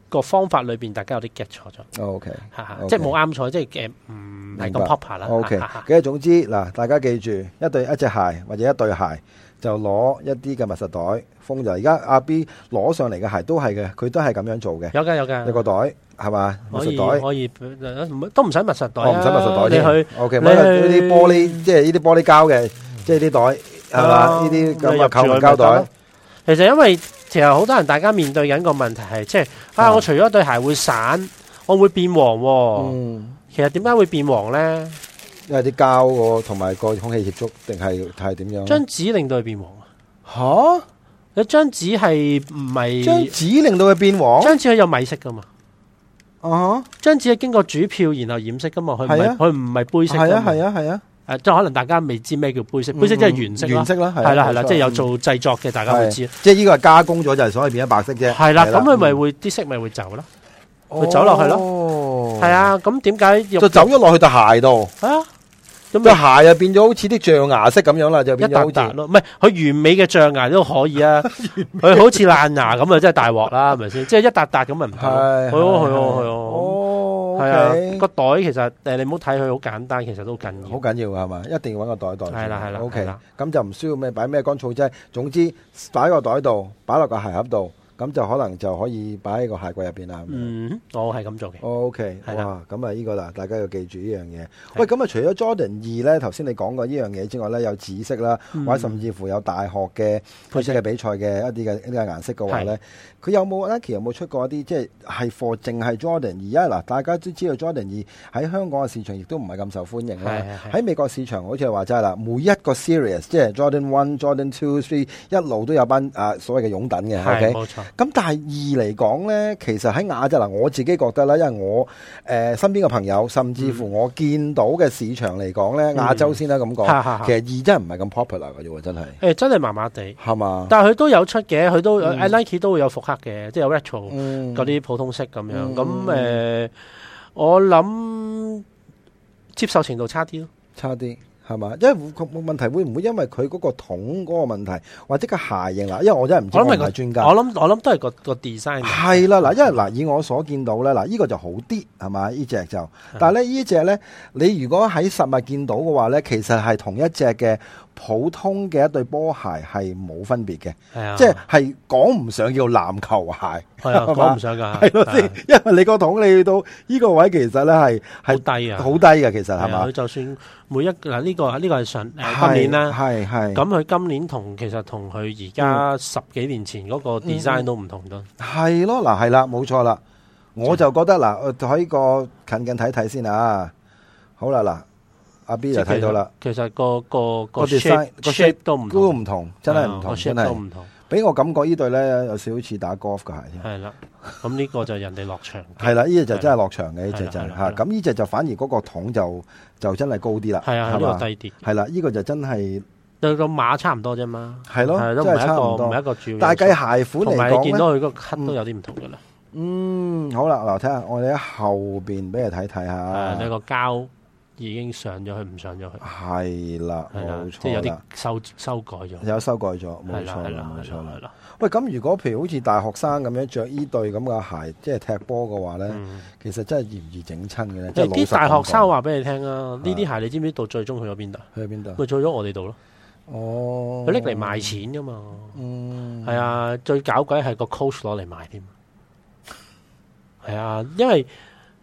Speaker 3: 個方法裏邊大家有啲 get 錯咗，
Speaker 2: 哦 OK。
Speaker 3: 哈哈
Speaker 2: OK 嗯
Speaker 3: 即係冇啱錯，即係誒唔係
Speaker 2: 明白
Speaker 3: 咁 proper 啦。
Speaker 2: O K，
Speaker 3: 哈哈
Speaker 2: 咁總之嗱，大家記住一對一隻鞋或者一對鞋，就攞一啲嘅密實袋封就。而家阿 B 攞上嚟嘅鞋都係嘅，佢都係咁樣做嘅。
Speaker 3: 有㗎有㗎，
Speaker 2: 一個袋係嘛，密
Speaker 3: 可以
Speaker 2: 實袋，
Speaker 3: 可以呃唔都唔使密實袋
Speaker 2: 我唔使密實袋
Speaker 3: 啊你去
Speaker 2: 添。O K，
Speaker 3: 你
Speaker 2: 咪呢
Speaker 3: 去
Speaker 2: 啲玻璃，即係呢啲玻璃膠嘅，即係啲袋係嘛，呢啲咁嘅購物膠袋，
Speaker 3: 其實因為其實好多人大家面對緊個問題係即係啊，
Speaker 2: 嗯
Speaker 3: 我除咗對鞋會散，我會變黃喎。
Speaker 2: 嗯，
Speaker 3: 其實點解會變黃咧？
Speaker 2: 因為啲膠個同埋個空氣接觸定係係點樣？
Speaker 3: 張紙令到佢變黃啊！
Speaker 2: 吓，
Speaker 3: 你張紙係唔
Speaker 2: 張哦
Speaker 3: 係？
Speaker 2: 紙令到佢變黃
Speaker 3: 張紙係有米色噶嘛？
Speaker 2: 啊
Speaker 3: 張紙係經過主票然後染色噶嘛？佢唔
Speaker 2: 係
Speaker 3: 係
Speaker 2: 啊
Speaker 3: 佢唔係
Speaker 2: 哈，
Speaker 3: 杯色
Speaker 2: 係
Speaker 3: 㗎
Speaker 2: 啊
Speaker 3: 嘛
Speaker 2: 係啊係啊，嗯
Speaker 3: 誒即係可能大家未知咩叫杯色，杯色即係原色啦
Speaker 2: 原。色啦，
Speaker 3: 係啦係啦，
Speaker 2: 冇錯
Speaker 3: 即係有，做製作嘅，大家會知。
Speaker 2: 嗯即係呢個係加工咗，就係所以變咗白色啫。
Speaker 3: 係啦，咁佢咪
Speaker 2: 嗯
Speaker 3: 會啲色咪會走啦。會走落去咯
Speaker 2: 哦
Speaker 3: 係，啊，咁點解
Speaker 2: 就
Speaker 3: 入
Speaker 2: 走咗落去對鞋度，
Speaker 3: 啊？咁
Speaker 2: 對鞋啊變咗好似啲象牙色咁樣啦，就
Speaker 3: 一
Speaker 2: 變咗好
Speaker 3: 笪
Speaker 2: 似
Speaker 3: 笪。咯，唔係佢完美嘅象牙都 可以啊，佢好似爛牙咁啊，真係大鑊啦，係咪先？即係一笪笪咁咪唔得
Speaker 2: 係
Speaker 3: 咯，係哦係哦係哦，
Speaker 2: 哦
Speaker 4: 係啊，個袋其實誒你唔好睇佢好簡單，其實都好緊
Speaker 2: 好
Speaker 4: 要。
Speaker 2: 緊要㗎係嘛？一定要揾個袋袋住。
Speaker 3: 係啦係啦
Speaker 2: O
Speaker 3: 係
Speaker 2: K，
Speaker 3: 啦
Speaker 2: 咁就唔需要咩擺咩乾燥劑，總之擺個袋度，擺落個鞋盒度，咁就可能就可以擺喺個鞋櫃入邊啦。咁樣
Speaker 3: 嗯，我係咁做嘅。
Speaker 2: O K，
Speaker 3: 係啦
Speaker 2: 哦哇，咁啊呢個啦，大家要記住呢樣嘢。
Speaker 3: 係
Speaker 2: 喂，咁啊除咗 Jordan 二咧，頭先你講過呢樣嘢之外咧，有紫色啦，
Speaker 3: 嗯
Speaker 2: 或者甚至乎有大學嘅配色嘅比賽嘅一啲嘅一啲嘅顏色嘅話咧，佢有冇 Nike 有冇出過一啲即係係貨淨係 Jordan 二啊？嗱，大家都知道 Jordan 二喺香港嘅市場亦都唔係咁受歡迎
Speaker 3: 係
Speaker 2: 啦
Speaker 3: 係。係
Speaker 2: 喺美國市場好似係話齋啦，每一個 series 即係 Jordan One、Jordan Two、Three 一路都有班啊所謂嘅擁趸嘅。O
Speaker 3: 係
Speaker 2: K。
Speaker 3: 冇錯。
Speaker 2: 咁但係二嚟講呢，其實喺亞洲嗱，我自己覺得啦，因為我誒、呃身邊嘅朋友，甚至
Speaker 3: 嗯
Speaker 2: 乎我見到嘅市場嚟講呢，亞洲先啦咁講，
Speaker 3: 哈哈哈
Speaker 2: 其實二真係唔係咁 popular 嘅啫喎，真係
Speaker 3: 誒真係麻麻地，
Speaker 2: 係嘛？
Speaker 3: 但係佢都有出嘅，佢都有
Speaker 2: 嗯
Speaker 3: Nike 都會有復刻嘅，即係有 retro。
Speaker 2: 嗯
Speaker 3: 嗰啲普通式咁樣。
Speaker 2: 嗯
Speaker 3: 咁誒、呃我諗接受程度差啲咯。
Speaker 2: 差啲。係嘛？因為個問題會唔會因為佢嗰個桶嗰個問題，或者個鞋型啦？因為我真係唔知，
Speaker 3: 我
Speaker 2: 我唔
Speaker 3: 諗係個
Speaker 2: 係專家。
Speaker 3: 我諗我諗都係個個 design 嘅。
Speaker 2: 係啦，嗱，因為嗱，以我所見到咧，嗱，呢個就好啲，係嘛？呢只
Speaker 3: 啊
Speaker 2: 就，但係咧，呢只咧，你如果喺實物見到嘅話咧，其實係同一隻嘅普通嘅一對波鞋係冇分別嘅，
Speaker 3: 係啊，
Speaker 2: 即係係講唔上叫籃球鞋，
Speaker 3: 係啊，
Speaker 2: 係嘛
Speaker 3: 講唔上㗎，
Speaker 2: 係咯
Speaker 3: 係啊
Speaker 2: 先，因為你個筒你去到呢個位，其實咧係
Speaker 3: 好
Speaker 2: 係
Speaker 3: 低啊，
Speaker 2: 好低嘅，其實
Speaker 3: 係
Speaker 2: 係
Speaker 3: 啊
Speaker 2: 嘛
Speaker 3: 佢？就算每一嗱呢個呢個係上誒
Speaker 2: 係
Speaker 3: 今年啦。
Speaker 2: 係嗯係
Speaker 3: 咁佢今年同其實同佢而家十幾年前
Speaker 2: 嗯
Speaker 3: 嗰個 design 都唔同咗，
Speaker 2: 係咯，嗱係啦，冇錯啦，我就覺得嗱，我睇個近近睇睇先啊，好啦嗱，阿 B
Speaker 3: 即
Speaker 2: 就
Speaker 3: 係
Speaker 2: 睇到啦。
Speaker 3: 其實。其實個個個
Speaker 2: 個 design-
Speaker 3: shape
Speaker 2: 個 shape
Speaker 3: shape 都唔
Speaker 2: 都
Speaker 3: 同，
Speaker 2: 唔同，真係唔
Speaker 3: 係啊個
Speaker 2: 同，真
Speaker 3: shape 都
Speaker 2: 係
Speaker 3: 唔同，
Speaker 2: 俾我感覺呢對咧有少少似打 golf 嘅鞋添。
Speaker 3: 係啦。咁呢個就人哋落場 嘅，
Speaker 2: 係啦，呢只就真係落場嘅呢只就
Speaker 3: 啊係啦係啦
Speaker 2: 嚇，
Speaker 3: 係啦
Speaker 2: 咁呢只就反而嗰個桶就就真係高啲啦，
Speaker 3: 係啊，
Speaker 2: 係
Speaker 3: 呢
Speaker 2: 嘛
Speaker 3: 個？低啲。
Speaker 2: 係啦，呢個就真係，
Speaker 3: 對個馬差唔多啫嘛，
Speaker 2: 係咯
Speaker 3: 都唔
Speaker 2: 真係差
Speaker 3: 係
Speaker 2: 唔
Speaker 3: 一個
Speaker 2: 多
Speaker 3: 唔係一個主要因素。
Speaker 2: 但係計鞋款
Speaker 3: 同
Speaker 2: 嚟
Speaker 3: 埋你見
Speaker 2: 講咧，
Speaker 3: 到佢個 cut 都有啲唔同噶啦，
Speaker 2: 嗯，好啦，嗱，睇下我哋喺後邊俾你睇睇
Speaker 3: 誒你
Speaker 2: 下，
Speaker 3: 啊個膠已經上咗去，唔上咗去，
Speaker 2: 係啦，
Speaker 3: 係啦
Speaker 2: 冇，
Speaker 3: 即係有
Speaker 2: 錯
Speaker 3: 啲
Speaker 2: 啦，
Speaker 3: 修修改咗，
Speaker 2: 有修改咗，冇
Speaker 3: 係啦
Speaker 2: 錯
Speaker 3: 係
Speaker 2: 啦
Speaker 3: 啦，
Speaker 2: 冇
Speaker 3: 係
Speaker 2: 錯
Speaker 3: 啦
Speaker 2: 啦
Speaker 3: 係。啦，
Speaker 2: 喂，咁如果譬如好似大學生咁樣着呢對咁嘅鞋，即係踢波嘅話咧，
Speaker 3: 嗯
Speaker 2: 其實真係易唔易整親嘅咧？即係
Speaker 3: 誒
Speaker 2: 老
Speaker 3: 啲
Speaker 2: 實
Speaker 3: 大
Speaker 2: 咁
Speaker 3: 學生
Speaker 2: 講
Speaker 3: 話俾你聽啊，呢啲鞋你知唔知到最終去咗邊度？
Speaker 2: 去邊度啊？
Speaker 3: 咪去咗我哋度咯，
Speaker 2: 哦，
Speaker 3: 佢拎嚟賣錢噶嘛，
Speaker 2: Ừ. 嗯，
Speaker 3: 係啊，最搞鬼係個 coach 攞嚟賣添，係啊，因為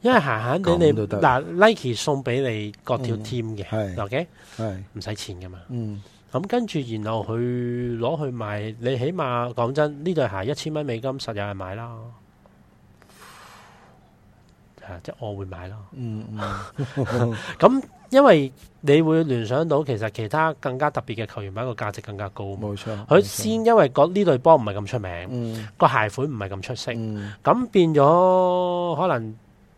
Speaker 3: 因為閒閒地你
Speaker 2: 咁都得
Speaker 3: 嗱 Nike 送俾你各條
Speaker 2: 嗯
Speaker 3: team 嘅
Speaker 2: 係
Speaker 3: ，OK
Speaker 2: 係，
Speaker 3: 唔使錢噶嘛。
Speaker 2: 嗯，
Speaker 3: 咁跟住，然後佢攞去賣，你起碼講真，呢對鞋一千蚊美金實有人買啦。係啊即係我會買啦。
Speaker 2: 嗯嗯，
Speaker 3: 咁因為你會聯想到其實其他更加特別嘅球員版個價值更加高嘛。
Speaker 2: 冇錯，
Speaker 3: 佢
Speaker 2: 冇錯，
Speaker 3: 先因為嗰呢對波唔係咁出名，
Speaker 2: 嗯
Speaker 3: 個鞋款唔係咁出色，
Speaker 2: 嗯，
Speaker 3: 咁變咗可能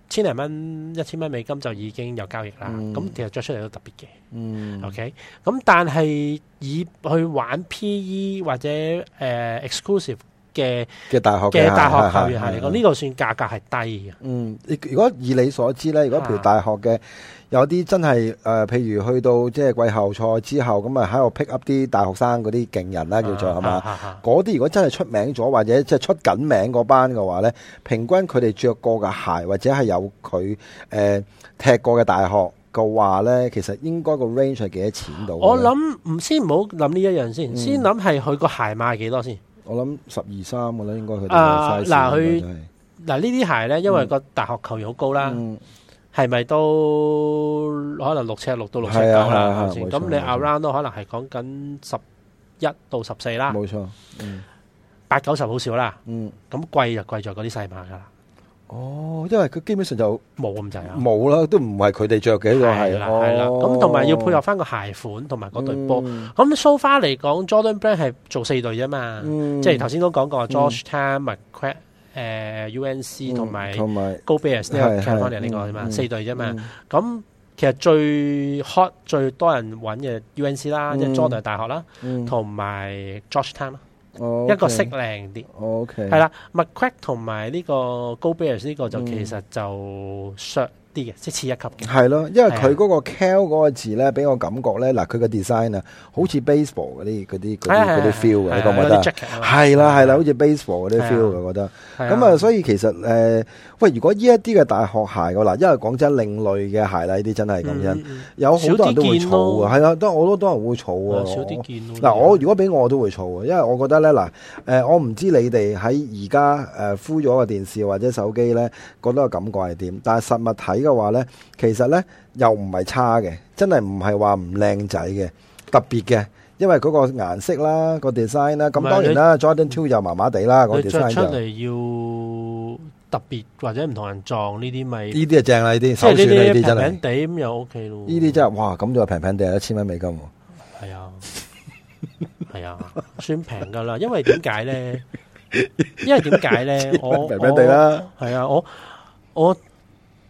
Speaker 3: 千零蚊、一千蚊美金就已經有交易啦。
Speaker 2: 嗯
Speaker 3: 咁其實着出嚟都特別嘅。
Speaker 2: 嗯
Speaker 3: OK，咁但係以去玩 PE 或者誒、呃 exclusive 嘅
Speaker 2: 嘅大學
Speaker 3: 嘅大
Speaker 2: 係
Speaker 3: 學
Speaker 2: 係
Speaker 3: 球員
Speaker 2: 係
Speaker 3: 係嚟
Speaker 2: 係
Speaker 3: 講，呢個算價格係低嘅。
Speaker 2: 嗯，你如果以你所知咧，如果譬如大學嘅有啲真係誒、呃譬如去到即係季後賽之後，咁啊喺度 pick up 啲大學生嗰啲勁人啦，
Speaker 3: À,
Speaker 2: 叫
Speaker 3: 啊
Speaker 2: 做係嘛？
Speaker 3: 嘛？
Speaker 2: 嗰啲如果真係出名咗，或者即係出緊名嗰班嘅話呢，平均佢哋着過嘅鞋，或者係有佢誒、呃踢過嘅大學嘅話呢，其實應該個 range 係幾多錢到？
Speaker 3: 我，諗唔先唔好諗呢一樣先，
Speaker 2: 嗯
Speaker 3: 先諗係佢個鞋賣幾多先。
Speaker 2: 我諗十二三嘅啦，應該佢哋
Speaker 3: 啊
Speaker 2: 嘅 size
Speaker 3: 嗱佢
Speaker 2: 應該都係
Speaker 3: 嗱呢啲鞋咧，因為個大學球員好高啦，
Speaker 2: 嗯
Speaker 3: 係咪都可能六尺六到六尺
Speaker 2: 係
Speaker 3: 九
Speaker 2: 啊係
Speaker 3: 啦？
Speaker 2: 啊
Speaker 3: 係咪先
Speaker 2: 冇錯
Speaker 3: 咁你
Speaker 2: 冇錯
Speaker 3: around 都可能係講緊十一到十四啦，
Speaker 2: 冇錯，嗯
Speaker 3: 八九十好少啦。
Speaker 2: 嗯，
Speaker 3: 咁貴就貴在嗰啲細碼㗎啦，
Speaker 2: 哦，因為佢基本上就
Speaker 3: 冇咁滯啊。
Speaker 2: 冇啦，都唔係佢哋着嘅呢個哦
Speaker 3: 係
Speaker 2: 係，
Speaker 3: 啦，係啦，咁同埋要配合
Speaker 2: 合
Speaker 3: 翻個鞋款同埋嗰對
Speaker 2: 嗯
Speaker 3: 波。咁 so far 嚟講，Jordan Brand 係做四隊啫嘛，
Speaker 2: 嗯
Speaker 3: 即係頭先都講過 George Town、McQuaid、誒 UNC 同埋
Speaker 2: 嗯同埋
Speaker 3: Go Bears 呢個
Speaker 2: 係係
Speaker 3: California 呢個啫嘛，
Speaker 2: 嗯
Speaker 3: 四隊啫嘛
Speaker 2: 嗯。
Speaker 3: 咁其實最 hot 最多人揾嘅 UNC 啦，即係
Speaker 2: 嗯
Speaker 3: Jordan 大學啦，
Speaker 2: 嗯
Speaker 3: 同埋 George Town 啦，
Speaker 2: 哦
Speaker 3: 一個色靚啲。
Speaker 2: ，OK，嗯
Speaker 3: 係啦，McQuaid 同埋呢個 Go Bears 呢個就其實就上啲嘅，即係似一級嘅。
Speaker 2: 系咯，因為
Speaker 3: 啊
Speaker 2: 佢嗰個 cal 嗰個字咧，俾我感覺咧，嗱佢個 design 啊，好
Speaker 3: 嗯
Speaker 2: 似 baseball 嗰啲嗰
Speaker 3: 哎
Speaker 2: 啲嗰啲嗰啲 feel 嘅，你覺唔覺得
Speaker 3: 嗰啲
Speaker 2: 啊？
Speaker 3: jacket 啊
Speaker 2: 係啦係啦，好似 baseball 嗰啲
Speaker 3: 係啊
Speaker 2: feel 嘅，我覺得。
Speaker 3: 係
Speaker 2: 咁啊，所以其實誒、呃喂，如果呢一啲嘅大學鞋嘅嗱，因為講真，另類嘅鞋啦，呢啲真係講真，
Speaker 3: 嗯嗯
Speaker 2: 有好多人都會
Speaker 3: 少啲見
Speaker 2: 儲
Speaker 3: 咯
Speaker 2: 啊，係啊，都好多多人會
Speaker 3: 嗯
Speaker 2: 儲啊。
Speaker 3: 少啲
Speaker 2: 我
Speaker 3: 見咯。
Speaker 2: 嗱，我如果俾我我都會儲嘅，因為我覺得咧嗱，誒、我唔知你哋喺而家誒敷咗個電視或者手機咧，覺得個感覺係點？但係實物睇嘅話咧，其實咧又唔係差嘅，真係唔係話唔靚仔嘅，特別嘅。因為嗰個顏色啦，個 design 啦，咁
Speaker 3: 唔係
Speaker 2: 當然啦，Jordan Two 又麻麻地啦，個
Speaker 3: 你着
Speaker 2: design
Speaker 3: 出
Speaker 2: 就呢
Speaker 3: 嚟要特別或者唔同人撞呢啲咪，即
Speaker 2: 啲就正啦，呢啲首
Speaker 3: 係
Speaker 2: 選啦，呢
Speaker 3: 呢
Speaker 2: 啲
Speaker 3: 啲
Speaker 2: 真
Speaker 3: 平
Speaker 2: 係，
Speaker 3: 平地咁又 OK 咯。
Speaker 2: 呢啲真係哇，咁就平平地一千蚊美金喎。
Speaker 3: 係啊，係啊，算平噶啦。因為點 解咧？因為點解咧？我
Speaker 2: 平平地啦，
Speaker 3: 我係啊，我我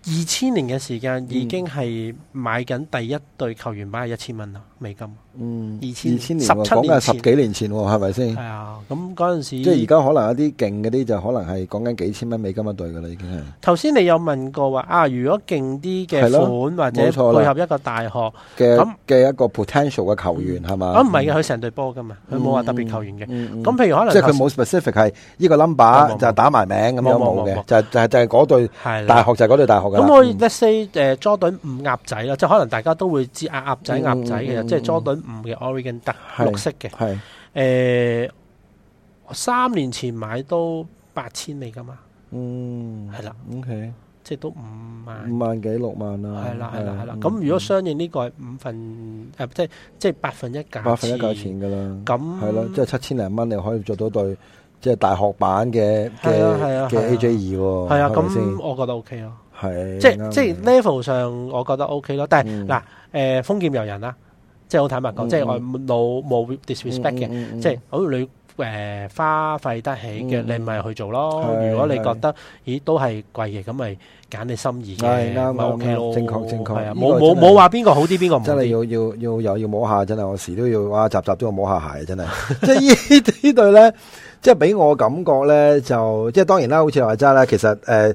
Speaker 3: 二千年嘅時間
Speaker 2: 嗯
Speaker 3: 已經係買緊第一對球員買係一千蚊啦，美金。
Speaker 2: 嗯
Speaker 3: 二千
Speaker 2: 二千年
Speaker 3: 十
Speaker 2: 喎，
Speaker 3: 七
Speaker 2: 講緊係
Speaker 3: 年
Speaker 2: 十
Speaker 3: 前
Speaker 2: 幾年前喎，係咪先
Speaker 3: 係？啊，咁嗰陣時，
Speaker 2: 嗯即係而家可能有啲勁嗰啲就可能係講緊幾千蚊美金一對噶啦，已經係。
Speaker 3: 頭先你有問過話啊，如果勁啲嘅
Speaker 2: 係咯
Speaker 3: 款或
Speaker 2: 冇
Speaker 3: 者
Speaker 2: 錯啦
Speaker 3: 配合一個大學，
Speaker 2: 嘅
Speaker 3: 咁
Speaker 2: 嘅一個 potential 嘅球員係嘛？嗯
Speaker 3: 啊唔係嘅，佢成隊波噶嘛，佢冇話特別球員嘅。咁譬如可能
Speaker 2: 即係佢
Speaker 3: 頭先
Speaker 2: 冇 specific 係呢個
Speaker 3: 冇
Speaker 2: number
Speaker 3: 冇
Speaker 2: 就打埋名咁樣
Speaker 3: 冇冇
Speaker 2: 冇嘅
Speaker 3: 冇，冇
Speaker 2: 就就係就係嗰隊
Speaker 3: 係啦
Speaker 2: 大學就係嗰隊大學㗎啦。
Speaker 3: 咁我
Speaker 2: 嗯
Speaker 3: let's say 誒 Jordan 五鴨仔啦，即係可能大家都會知鴨鴨仔
Speaker 2: 嗯
Speaker 3: 鴨仔
Speaker 2: 嗯嗯
Speaker 3: 嘅，即係 Jordan 五嘅 Oregon 得
Speaker 2: 係
Speaker 3: 綠色嘅。
Speaker 2: 係
Speaker 3: 誒，我三年前買都八千美金嘛，
Speaker 2: 嗯
Speaker 3: 係啦，
Speaker 2: OK
Speaker 3: 即係都五萬。
Speaker 2: 五萬幾六萬啦，
Speaker 3: 係啦，係啦，係啦。
Speaker 2: 嗯
Speaker 3: 咁如果相應呢個係五分誒，即係即係八分一價
Speaker 2: 百分一嚿
Speaker 3: 錢。
Speaker 2: 錢㗎啦，
Speaker 3: 咁
Speaker 2: 係咯，即係七千零蚊你可以做到對即係大學版嘅
Speaker 3: 係啊係
Speaker 2: 嘅
Speaker 3: 啊
Speaker 2: 嘅
Speaker 3: 係啊
Speaker 2: AJ 二喎，
Speaker 3: 係啊，
Speaker 2: 係咪先
Speaker 3: 咁我覺得 OK 咯。
Speaker 2: 係
Speaker 3: 即
Speaker 2: 啱
Speaker 3: 係即係 level 上，我覺得 OK 咯。但
Speaker 2: 嗯
Speaker 3: 係嗱誒，封劍遊人啦，即係好坦白講，
Speaker 2: 嗯
Speaker 3: 即係
Speaker 2: 嗯
Speaker 3: 我冇冇 disrespect 嘅。
Speaker 2: 嘅
Speaker 3: 即係好似你誒花費得起嘅，
Speaker 2: 嗯
Speaker 3: 你咪去做咯。
Speaker 2: 係
Speaker 3: 如果你
Speaker 2: 係
Speaker 3: 覺得咦都係貴嘅，咁咪揀你心儀
Speaker 2: 係啱
Speaker 3: 嘅，咪
Speaker 2: 啱
Speaker 3: OK 咯。
Speaker 2: 啱正確正確
Speaker 3: 係啊
Speaker 2: 呢
Speaker 3: 冇
Speaker 2: 個
Speaker 3: 冇
Speaker 2: 真係
Speaker 3: 冇話邊個好啲，邊個唔好
Speaker 2: 真係
Speaker 3: 啲。
Speaker 2: 要要要又要摸下，真係我時都要哇，集集都要摸下鞋，真 係。即係呢呢對咧，即係俾我感覺咧，就即係當然啦，好似你話齋啦，其實誒、呃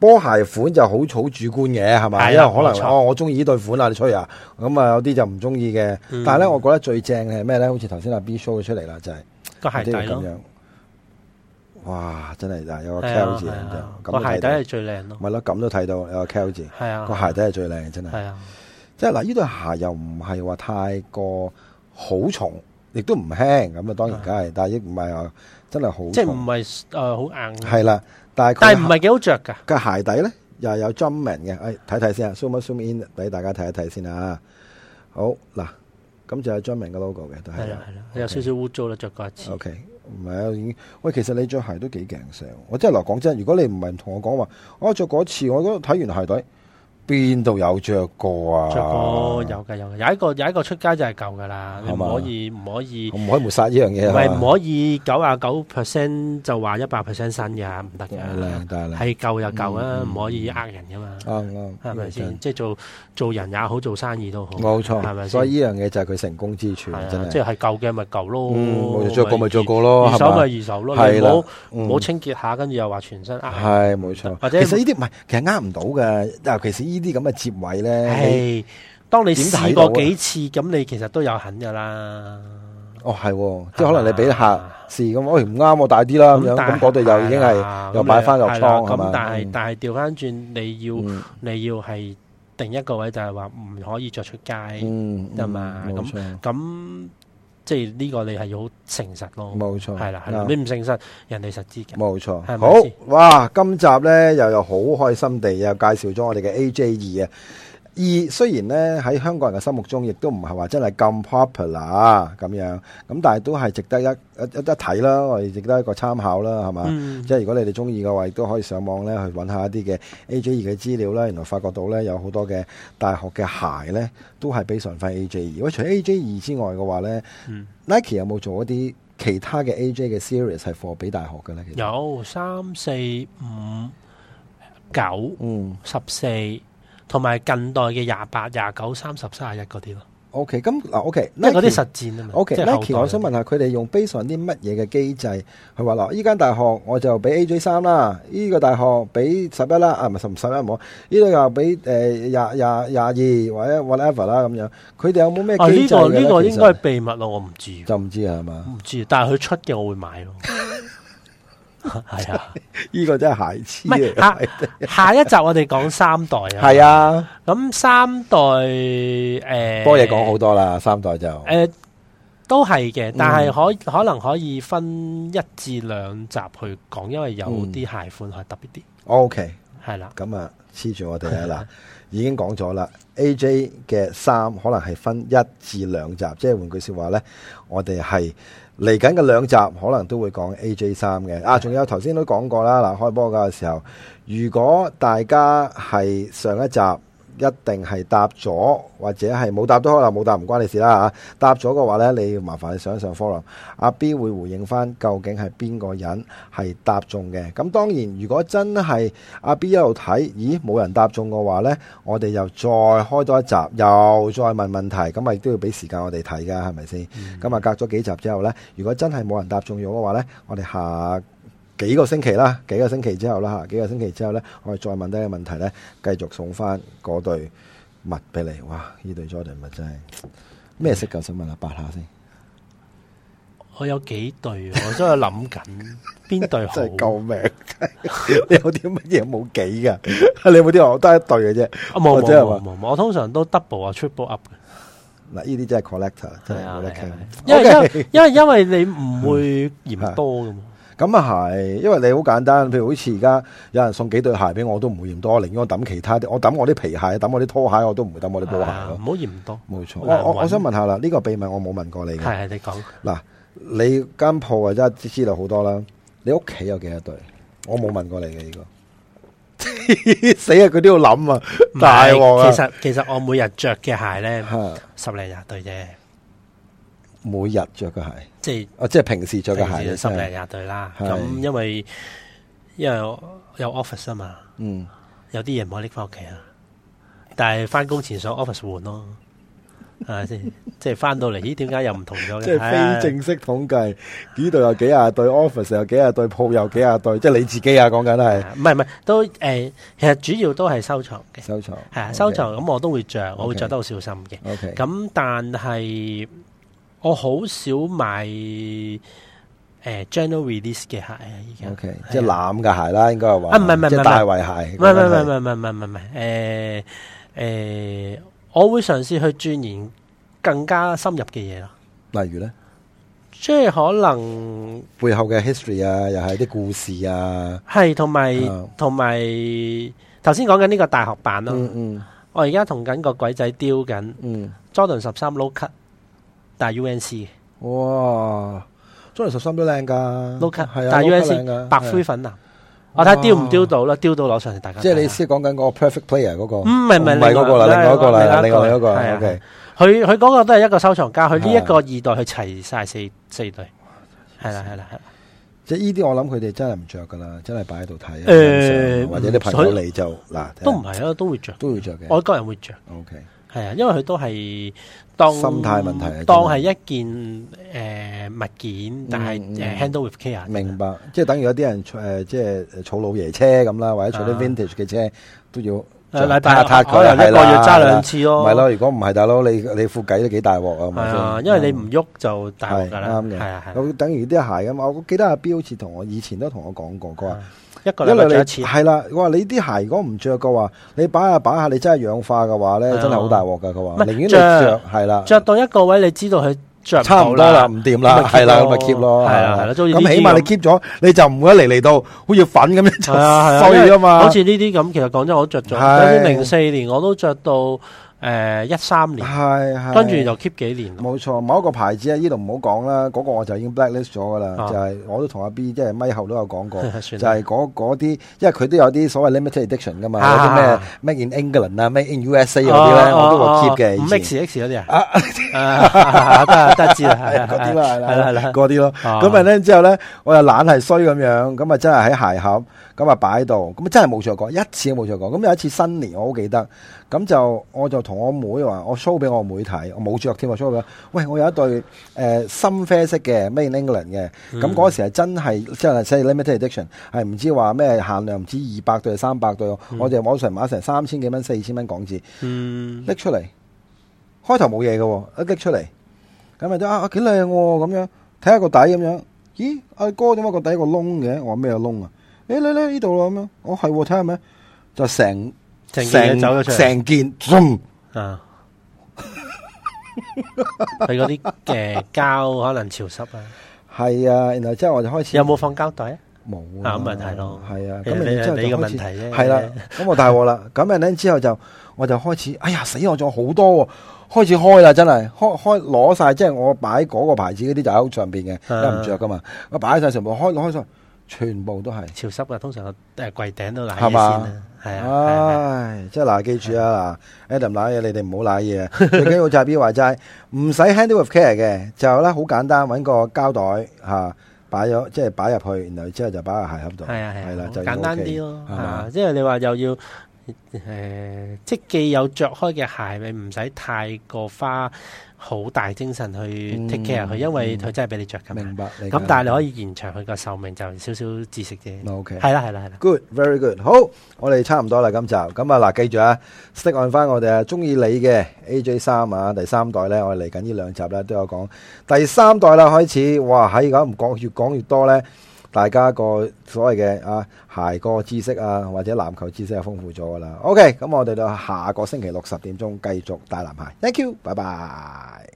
Speaker 2: 波鞋款就好好主觀嘅，係
Speaker 3: 係
Speaker 2: 咪？
Speaker 3: 啊
Speaker 2: 因為可
Speaker 3: 冇
Speaker 2: 能
Speaker 3: 錯
Speaker 2: 哦，我中意呢對款啊，你吹啊，咁啊有啲就唔中意嘅。
Speaker 3: 嗯
Speaker 2: 但係咧，我覺得最正嘅係咩咧？好似頭先阿 B show 咗出嚟啦，就係、
Speaker 3: 個鞋
Speaker 2: 即
Speaker 3: 底
Speaker 2: 係咁
Speaker 3: 咯，
Speaker 2: 樣。哇！真係嗱，有個
Speaker 3: 係
Speaker 2: cal
Speaker 3: 啊
Speaker 2: 字
Speaker 3: 係
Speaker 2: 真係
Speaker 3: 啊，
Speaker 2: 咁都
Speaker 3: 個
Speaker 2: 睇
Speaker 3: 鞋底
Speaker 2: 到，
Speaker 3: 係最靚咯，
Speaker 2: 咪咯咁都睇到有個 cal 字，
Speaker 3: 係啊，
Speaker 2: 個鞋底係最靚，真係。
Speaker 3: 係啊，
Speaker 2: 即係嗱，呢對鞋又唔係話太過好重，亦都唔輕咁啊。當然梗係，但係亦唔係話真係好
Speaker 3: 即係唔
Speaker 2: 重，
Speaker 3: 係誒好硬嘅，
Speaker 2: 係啦。但係
Speaker 3: 但係唔
Speaker 2: 係
Speaker 3: 係幾好着㗎。
Speaker 2: 嘅鞋底咧，又有 Jumpman 嘅。誒，睇睇先啊，zoom 一 zoom in 俾大家睇一睇先啊。好嗱，咁就有 Jumpman 嘅 logo 嘅，都係
Speaker 3: 係
Speaker 2: 啦
Speaker 3: 啦，係啦，有少少污糟啦，着過一次。
Speaker 2: OK，唔係啊，已經喂，其實你着鞋都幾勁成。我真係嗱，講真，如果你唔係同我講話，我着嗰次，我嗰睇完鞋底，邊度有着過啊？
Speaker 3: 着過有㗎有㗎，有一個有一個出街就係舊㗎啦，你
Speaker 2: 係
Speaker 3: 唔
Speaker 2: 嘛
Speaker 3: 可以唔可以
Speaker 2: 我唔可以抹殺呢樣嘢
Speaker 3: 唔
Speaker 2: 啊
Speaker 3: 係唔可以九啊九 percent 就話一百 percent 新嘅，唔得
Speaker 2: 梗係啦
Speaker 3: 嘅。
Speaker 2: 梗係啦
Speaker 3: 係舊就舊啊，唔可以呃人噶嘛，
Speaker 2: 啱啱，
Speaker 3: 係咪
Speaker 2: 呢
Speaker 3: 先？即係做做人也好，做生意都好，
Speaker 2: 個真係？冇
Speaker 3: 係
Speaker 2: 錯，
Speaker 3: 咪先
Speaker 2: 所以呢樣嘢就係佢成功之處，
Speaker 3: 係啊
Speaker 2: 真
Speaker 3: 即
Speaker 2: 係。
Speaker 3: 係係舊嘅咪舊咯，
Speaker 2: 嗯冇錯着過咪着過咯
Speaker 3: 二
Speaker 2: 係嘛
Speaker 3: 手咪二手咯，
Speaker 2: 係
Speaker 3: 你唔
Speaker 2: 啦
Speaker 3: 好
Speaker 2: 嗯
Speaker 3: 唔好清潔下，跟住又話全身呃。
Speaker 2: 係冇錯，
Speaker 3: 或者
Speaker 2: 其實呢啲唔係，其實呃唔到嘅，尤其是呢啲咁嘅接位咧。
Speaker 3: 係，當你
Speaker 2: 點睇
Speaker 3: 試
Speaker 2: 到啊
Speaker 3: 過幾次，咁你其實都有痕噶啦。
Speaker 2: 哦，係喎，
Speaker 3: À.
Speaker 2: 即係可能你俾客
Speaker 3: 啊
Speaker 2: 試咁，喂唔啱我大啲啦咁樣，咁
Speaker 3: 但
Speaker 2: 嗰度又已經
Speaker 3: 係啦
Speaker 2: 係又擺翻落倉
Speaker 3: 咁你係啦
Speaker 2: 係嘛
Speaker 3: 咁？但係
Speaker 2: 嗯
Speaker 3: 但係調翻轉，你要
Speaker 2: 嗯
Speaker 3: 你要係定一個位，就係話唔可以着出街。
Speaker 2: 嗯
Speaker 3: 㗎嘛
Speaker 2: 嗯冇錯
Speaker 3: 咁即係呢個你係要好誠實咯，
Speaker 2: 冇錯，
Speaker 3: 係啦係啦
Speaker 2: 啱，
Speaker 3: 你唔誠實，人哋實知嘅。
Speaker 2: 冇錯，
Speaker 3: 係咪
Speaker 2: 好
Speaker 3: 先
Speaker 2: 哇！今集呢又又好開心地又介紹咗我哋嘅 AJ 二啊。二雖然呢喺香港人嘅心目中，亦都唔係話真係咁 popular 啊咁樣，咁但係都係值得一一一一睇啦，我哋值得一個參考啦，係嘛？
Speaker 3: 嗯，
Speaker 2: 即係如果你哋中意嘅話，亦都可以上網咧去揾下一啲嘅 AJ 二嘅資料啦。原來發覺到咧有好多嘅大學嘅鞋咧，都係 based on 翻 AJ 二。喂，除咗 AJ 二之外嘅話咧、
Speaker 3: 嗯
Speaker 2: n i k e 有冇做一啲其他嘅 AJ 嘅 series 係 for 俾大學嘅咧？其實，
Speaker 3: 有三四五九
Speaker 2: 嗯，
Speaker 3: 嗯十四，同埋近代嘅廿八、廿九、三十、三十一嗰啲咯。
Speaker 2: O K，咁嗱，O K，
Speaker 3: 因為嗰啲實戰啊嘛。
Speaker 2: O K
Speaker 3: 即係後
Speaker 2: Nike，我想問下佢哋用 base on 啲乜嘢嘅機制？佢話嗱，依間大學我就俾 A J 三啦，呢、個大學俾十一啦，啊唔係十十一冇，呢度又俾誒廿廿廿二或者 whatever 啦咁樣。佢哋有冇咩
Speaker 3: 啊，
Speaker 2: 機
Speaker 3: 呢
Speaker 2: 制嘅
Speaker 3: 個
Speaker 2: 咧
Speaker 3: 呢個
Speaker 2: 其
Speaker 3: 應
Speaker 2: 實
Speaker 3: 該係秘密咯，我唔知，
Speaker 2: 就唔知啊，係嘛？
Speaker 3: 唔知，但係佢出嘅我會買咯。
Speaker 2: 嗯
Speaker 3: 係 啊，
Speaker 2: 呢個真係孩痴
Speaker 3: 唔係
Speaker 2: 嚟，
Speaker 3: 下下一集我哋講三代啊。
Speaker 2: 係，啊，
Speaker 3: 咁三代誒
Speaker 2: 多嘢講好多啦，三代就係
Speaker 3: 誒、呃都係嘅，但
Speaker 2: 嗯
Speaker 3: 係可、可能可以分一至兩集去講，因為有
Speaker 2: 嗯
Speaker 3: 啲鞋款係特別啲，
Speaker 2: O K。
Speaker 3: 係啦，
Speaker 2: 咁啊，黐住我哋啊嗱， 已經講咗啦。A J 嘅衫可能係分一至兩集，即係換句説話呢，我哋係嚟緊嘅兩集可能都會講 A J 衫嘅。啊，仲有頭先都講過啦，嗱開波嘅時候，如果大家係上一集。一定係答咗，或者係冇答都好啦，冇答唔關你事啦嚇。答咗嘅話呢，你麻煩你上一上 forum，阿 B 會回應翻究竟係邊個人係答中嘅。咁當然，如果真係阿 B 一路睇，咦冇人答中嘅話呢，我哋又再開多一集，又再問問題，咁咪都要俾時間我哋睇㗎，係咪先？咁啊、隔咗幾集之後呢，如果真係冇人答中咗嘅話呢，我哋下幾個星期啦，幾個星期之後啦嚇，幾個星期之後呢，我哋再問低個問題呢，繼續送翻嗰對襪俾你。哇！呢對 Jordan 襪真係咩色㗎？想問下，八下先，
Speaker 3: 我有幾對，我都有諗緊 邊對好。
Speaker 2: 真係救命！ 你有啲乜嘢冇幾㗎？ 你有冇啲話我得一對嘅啫？
Speaker 3: 啊冇
Speaker 2: 或
Speaker 3: 冇
Speaker 2: 者係話
Speaker 3: 冇冇冇，我通常都 double 啊 triple up 嘅，
Speaker 2: 嗱，呢啲真係 collector，真係
Speaker 3: 係
Speaker 2: 冇
Speaker 3: 啊
Speaker 2: 得
Speaker 3: 係
Speaker 2: 傾
Speaker 3: 啊。因為
Speaker 2: OK 嗯啊
Speaker 3: 因為因為因為你唔會嫌多噶嘛，
Speaker 2: 咁啊係，因為你好簡單，譬如好似而家有人送幾對鞋俾我，我都唔會嫌多，寧願我抌其他啲，我抌我啲皮鞋，抌我啲拖鞋，我都唔會抌我啲波
Speaker 3: 係
Speaker 2: 鞋
Speaker 3: 啊唔
Speaker 2: 咯。
Speaker 3: 好嫌多。
Speaker 2: 冇錯，
Speaker 3: 好
Speaker 2: 我
Speaker 3: 難
Speaker 2: 我我
Speaker 3: 揾
Speaker 2: 想問下啦，呢、個秘密我冇問過你嘅。
Speaker 3: 係係你講，
Speaker 2: 嗱，你間鋪啊，真係知道好多啦。你屋企有幾多對？我冇問過你嘅呢、 個。死啊！佢都要諗啊，大鑊
Speaker 3: 唔
Speaker 2: 啊！
Speaker 3: 係其實其實我每日着嘅鞋咧
Speaker 2: 嚇
Speaker 3: 十零廿對啫，
Speaker 2: 每日着嘅鞋，
Speaker 3: 即係。
Speaker 2: 哦，即係平時着嘅
Speaker 3: 平
Speaker 2: 鞋
Speaker 3: 時
Speaker 2: 你
Speaker 3: 十
Speaker 2: 真
Speaker 3: 零
Speaker 2: 係，
Speaker 3: 廿對啦。
Speaker 2: 係
Speaker 3: 咁因為因為我有 office 啊嘛，
Speaker 2: 嗯，
Speaker 3: 有啲嘢唔可以拎翻屋企啊。但係翻工前上 office 換咯，係咪先？ 即係翻到嚟，咦？點解又唔同咗嘅？啊
Speaker 2: 即係非正式統計，呢度有幾廿對，office 有幾廿對，鋪有幾廿對，即係你自己啊，講緊
Speaker 3: 係
Speaker 2: 係
Speaker 3: 啊。唔係唔係，都誒，其實主要都係收藏嘅，
Speaker 2: 收藏，
Speaker 3: 係啊，收藏。咁我都會着，我會
Speaker 2: OK
Speaker 3: 着得好小心嘅。
Speaker 2: O K，
Speaker 3: 咁但係我好少買誒 general release 嘅鞋啊，依家
Speaker 2: O K，即係攬嘅鞋啦，應該係話，
Speaker 3: 啊唔係唔係
Speaker 2: 即係
Speaker 3: 唔係
Speaker 2: 大圍鞋，
Speaker 3: 唔係唔係唔係唔係唔係唔係唔係，誒誒，我會嘗試去鑽研更加深入嘅嘢咯，
Speaker 2: 係，例如咧
Speaker 3: 即係可能
Speaker 2: 背後嘅 history 啊，又係啲故事啊，
Speaker 3: 係同埋
Speaker 2: 啊
Speaker 3: 同埋頭先講緊呢個大學版咯，
Speaker 2: 嗯嗯
Speaker 3: 我而家同緊個鬼仔雕緊
Speaker 2: 嗯，
Speaker 3: Jordan 十三 low cut，但係 UNC 嘅
Speaker 2: 哇，Jordan 十三都靚噶
Speaker 3: low cut，
Speaker 2: 係啊，
Speaker 3: 但
Speaker 2: low cut 靚
Speaker 3: UNC
Speaker 2: 㗎
Speaker 3: 白灰，粉藍，我睇下雕唔雕到啦，雕到攞上嚟大
Speaker 2: 係
Speaker 3: 家睇
Speaker 2: 即
Speaker 3: 下。
Speaker 2: 係你先講緊嗰個 perfect player 嗰個，哦
Speaker 3: 唔係唔係
Speaker 2: 唔係嗰個啦，另
Speaker 3: 另
Speaker 2: 外
Speaker 3: 外
Speaker 2: 一個啦，另
Speaker 3: 另外
Speaker 2: 外
Speaker 3: 一個
Speaker 2: 一個
Speaker 3: 係啊
Speaker 2: 啦，OK。
Speaker 3: 佢佢嗰個都係一個收藏家，佢呢一個
Speaker 2: 啊
Speaker 3: 二代佢齊晒四四對，係啦係啦係啦。
Speaker 2: 即係呢啲我諗佢哋真係唔着噶啦，真係擺喺度睇啊，
Speaker 3: 誒
Speaker 2: 或者啲朋友嚟就嗱
Speaker 3: 都唔係啊，都會着。
Speaker 2: 都要着嘅。
Speaker 3: 我個人會着，
Speaker 2: O K，
Speaker 3: 係啊，因為佢都係當
Speaker 2: 心態問題啊真係
Speaker 3: 當係一件誒、呃物件，但係
Speaker 2: 嗯嗯
Speaker 3: 誒 handle with care。
Speaker 2: 明白，即係等於有啲人誒、即係儲老爺車咁啦，或者儲啲
Speaker 3: 啊
Speaker 2: vintage 嘅車都要
Speaker 3: 誒
Speaker 2: 就
Speaker 3: 禮拜啊
Speaker 2: 撻一撻
Speaker 3: 可能
Speaker 2: 佢
Speaker 3: 一個月揸兩
Speaker 2: 次
Speaker 3: 次咯。
Speaker 2: 唔係咯，如果唔係大佬，你你副計都幾大鑊啊，係
Speaker 3: 係
Speaker 2: 咪
Speaker 3: 啊，
Speaker 2: 先
Speaker 3: 因為你唔喐就大鑊
Speaker 2: 係
Speaker 3: 㗎啦。
Speaker 2: 啱嘅，
Speaker 3: 係啊係啊，
Speaker 2: 咁等於啲鞋咁，我記得阿 B 好似同我以前都同我講過，佢話。
Speaker 3: 一個
Speaker 2: 一
Speaker 3: 禮
Speaker 2: 來
Speaker 3: 拜
Speaker 2: 你
Speaker 3: 着一次。
Speaker 2: 係啦，我話你啲鞋如果唔着嘅話，你擺下擺下，你真係氧化嘅話咧，
Speaker 3: 係啊
Speaker 2: 真係好大鑊噶。佢
Speaker 3: 唔
Speaker 2: 話
Speaker 3: 係
Speaker 2: 寧願你
Speaker 3: 着
Speaker 2: 着係啦，
Speaker 3: 着到一個位，你知道佢着
Speaker 2: 差唔多
Speaker 3: 唔
Speaker 2: 啦，
Speaker 3: 到啦，
Speaker 2: 唔掂啦，
Speaker 3: 咁咪
Speaker 2: 係啦，咁
Speaker 3: keep
Speaker 2: 咪
Speaker 3: 咯
Speaker 2: keep 咯，啊
Speaker 3: 係啦係啦都好似呢啲
Speaker 2: 咁起碼你
Speaker 3: 咁
Speaker 2: keep 咗，你就唔會一嚟嚟到好似粉咁樣就
Speaker 3: 係啊係啊，因
Speaker 2: 碎
Speaker 3: 為
Speaker 2: 啊嘛。
Speaker 3: 好似呢啲咁，其實講真，我着咗，
Speaker 2: 係
Speaker 3: 有啲零四年我都着到誒一三年，
Speaker 2: 係係，
Speaker 3: 跟住就 keep 幾年咯。
Speaker 2: 冇錯，某一個牌子啊，呢度唔好講啦，嗰個我就已經 blacklist 咗噶啦，
Speaker 3: 啊
Speaker 2: 就係我都同阿 B 即係咪後都有講過。就
Speaker 3: 算啦
Speaker 2: 係嗰嗰啲，因為佢都有啲所謂 limited edition 噶嘛，有啲
Speaker 3: 啊哦
Speaker 2: 咩 Make in England 啊、Make in USA 嗰啲咧，我都會 keep 嘅。
Speaker 3: 唔
Speaker 2: 以前
Speaker 3: X X 嗰啲啊，
Speaker 2: 啊，
Speaker 3: 啊得得知啦，係
Speaker 2: 嗰啲啦，係
Speaker 3: 係啦係啦，
Speaker 2: 嗰啲咯。
Speaker 3: 啊
Speaker 2: 咁啊咧之後咧，我又懶係衰咁樣，咁啊真係喺鞋盒，咁啊擺喺度，咁真係冇着過，一次都冇着過。咁有一次新年我好記得，咁就我就同我妹話，我 show 俾我妹睇，我冇著添，我 show 俾佢。喂，我有一對誒、呃深啡色嘅 Made in England 嘅，咁嗰、時係真係即係即係 limited edition，係唔知話咩限量，唔知二百對、三百對，我哋網上買成三千幾蚊、四千蚊港紙。
Speaker 3: 嗯，
Speaker 2: 拎出嚟，開頭冇嘢嘅喎，一拎出嚟，咁咪都啊啊幾靚喎咁樣，睇下個底咁樣，咦阿哥點解個底有個窿嘅？我話咩窿啊？誒你咧呢度啦咁樣，我係喎睇下咩，就成
Speaker 3: 成件嘢走咗出嚟
Speaker 2: 成件，嗯
Speaker 3: 啊，佢嗰啲嘅膠可能潮濕啊，
Speaker 2: 係啊，然後之後我就開始
Speaker 3: 有冇放膠袋啊？
Speaker 2: 冇
Speaker 3: 啊咁咪係咯
Speaker 2: 係啊，
Speaker 3: 其
Speaker 2: 咁
Speaker 3: 實你
Speaker 2: 然之後就
Speaker 3: 你嘅
Speaker 2: 開
Speaker 3: 問
Speaker 2: 始
Speaker 3: 題啫
Speaker 2: 係啦，咁我大鑊 啦，咁然之後就我就開始，哎呀死我仲有好多喎，開始開啦真係，開開攞晒，即係我擺嗰個牌子嗰啲就喺上邊嘅，
Speaker 3: 啊
Speaker 2: 因為唔着噶嘛，我擺晒全部開攞開晒，全部都係，
Speaker 3: 潮濕啊，通常個誒櫃頂都攋嘢
Speaker 2: 係
Speaker 3: 先
Speaker 2: 嘛
Speaker 3: 啦，係啊係啊，
Speaker 2: 唉，即係嗱，記住啊嗱，Adam 攋嘢你哋唔好攋嘢啊， 最緊要就係 B 話齋，唔使 handle with care 嘅，就咧好簡單揾個膠袋嚇。擺咗即係擺入去，然後之後就擺喺鞋盒度，
Speaker 3: 係啊係
Speaker 2: 啦
Speaker 3: 啊，，
Speaker 2: 就已經
Speaker 3: 簡單
Speaker 2: OK，
Speaker 3: 啲咯，
Speaker 2: 係嘛
Speaker 3: 啊，因為你話又要誒，即係既有着開嘅鞋，你唔使太過花好大精神去
Speaker 2: 嗯
Speaker 3: take care 佢，因為佢真係俾你着㗎嘛。
Speaker 2: 明白，理解
Speaker 3: 咁但係你可以延長佢個壽命，就少少知識啫。
Speaker 2: OK，
Speaker 3: 係啦係啦係啦，
Speaker 2: good，very good。好，我哋差唔多啦，今集咁啊嗱，記住啊，stick on 翻我哋啊，中意你嘅 AJ 三啊，第三代咧，我哋嚟緊呢兩集咧都有講，第三代啦開始，哇喺而家唔講，越講越多咧。大家個所謂嘅啊鞋個知識啊，或者籃球知識係豐富咗噶啦。OK，咁我哋到下個星期六十點鐘繼續大籃鞋。Thank you，拜拜。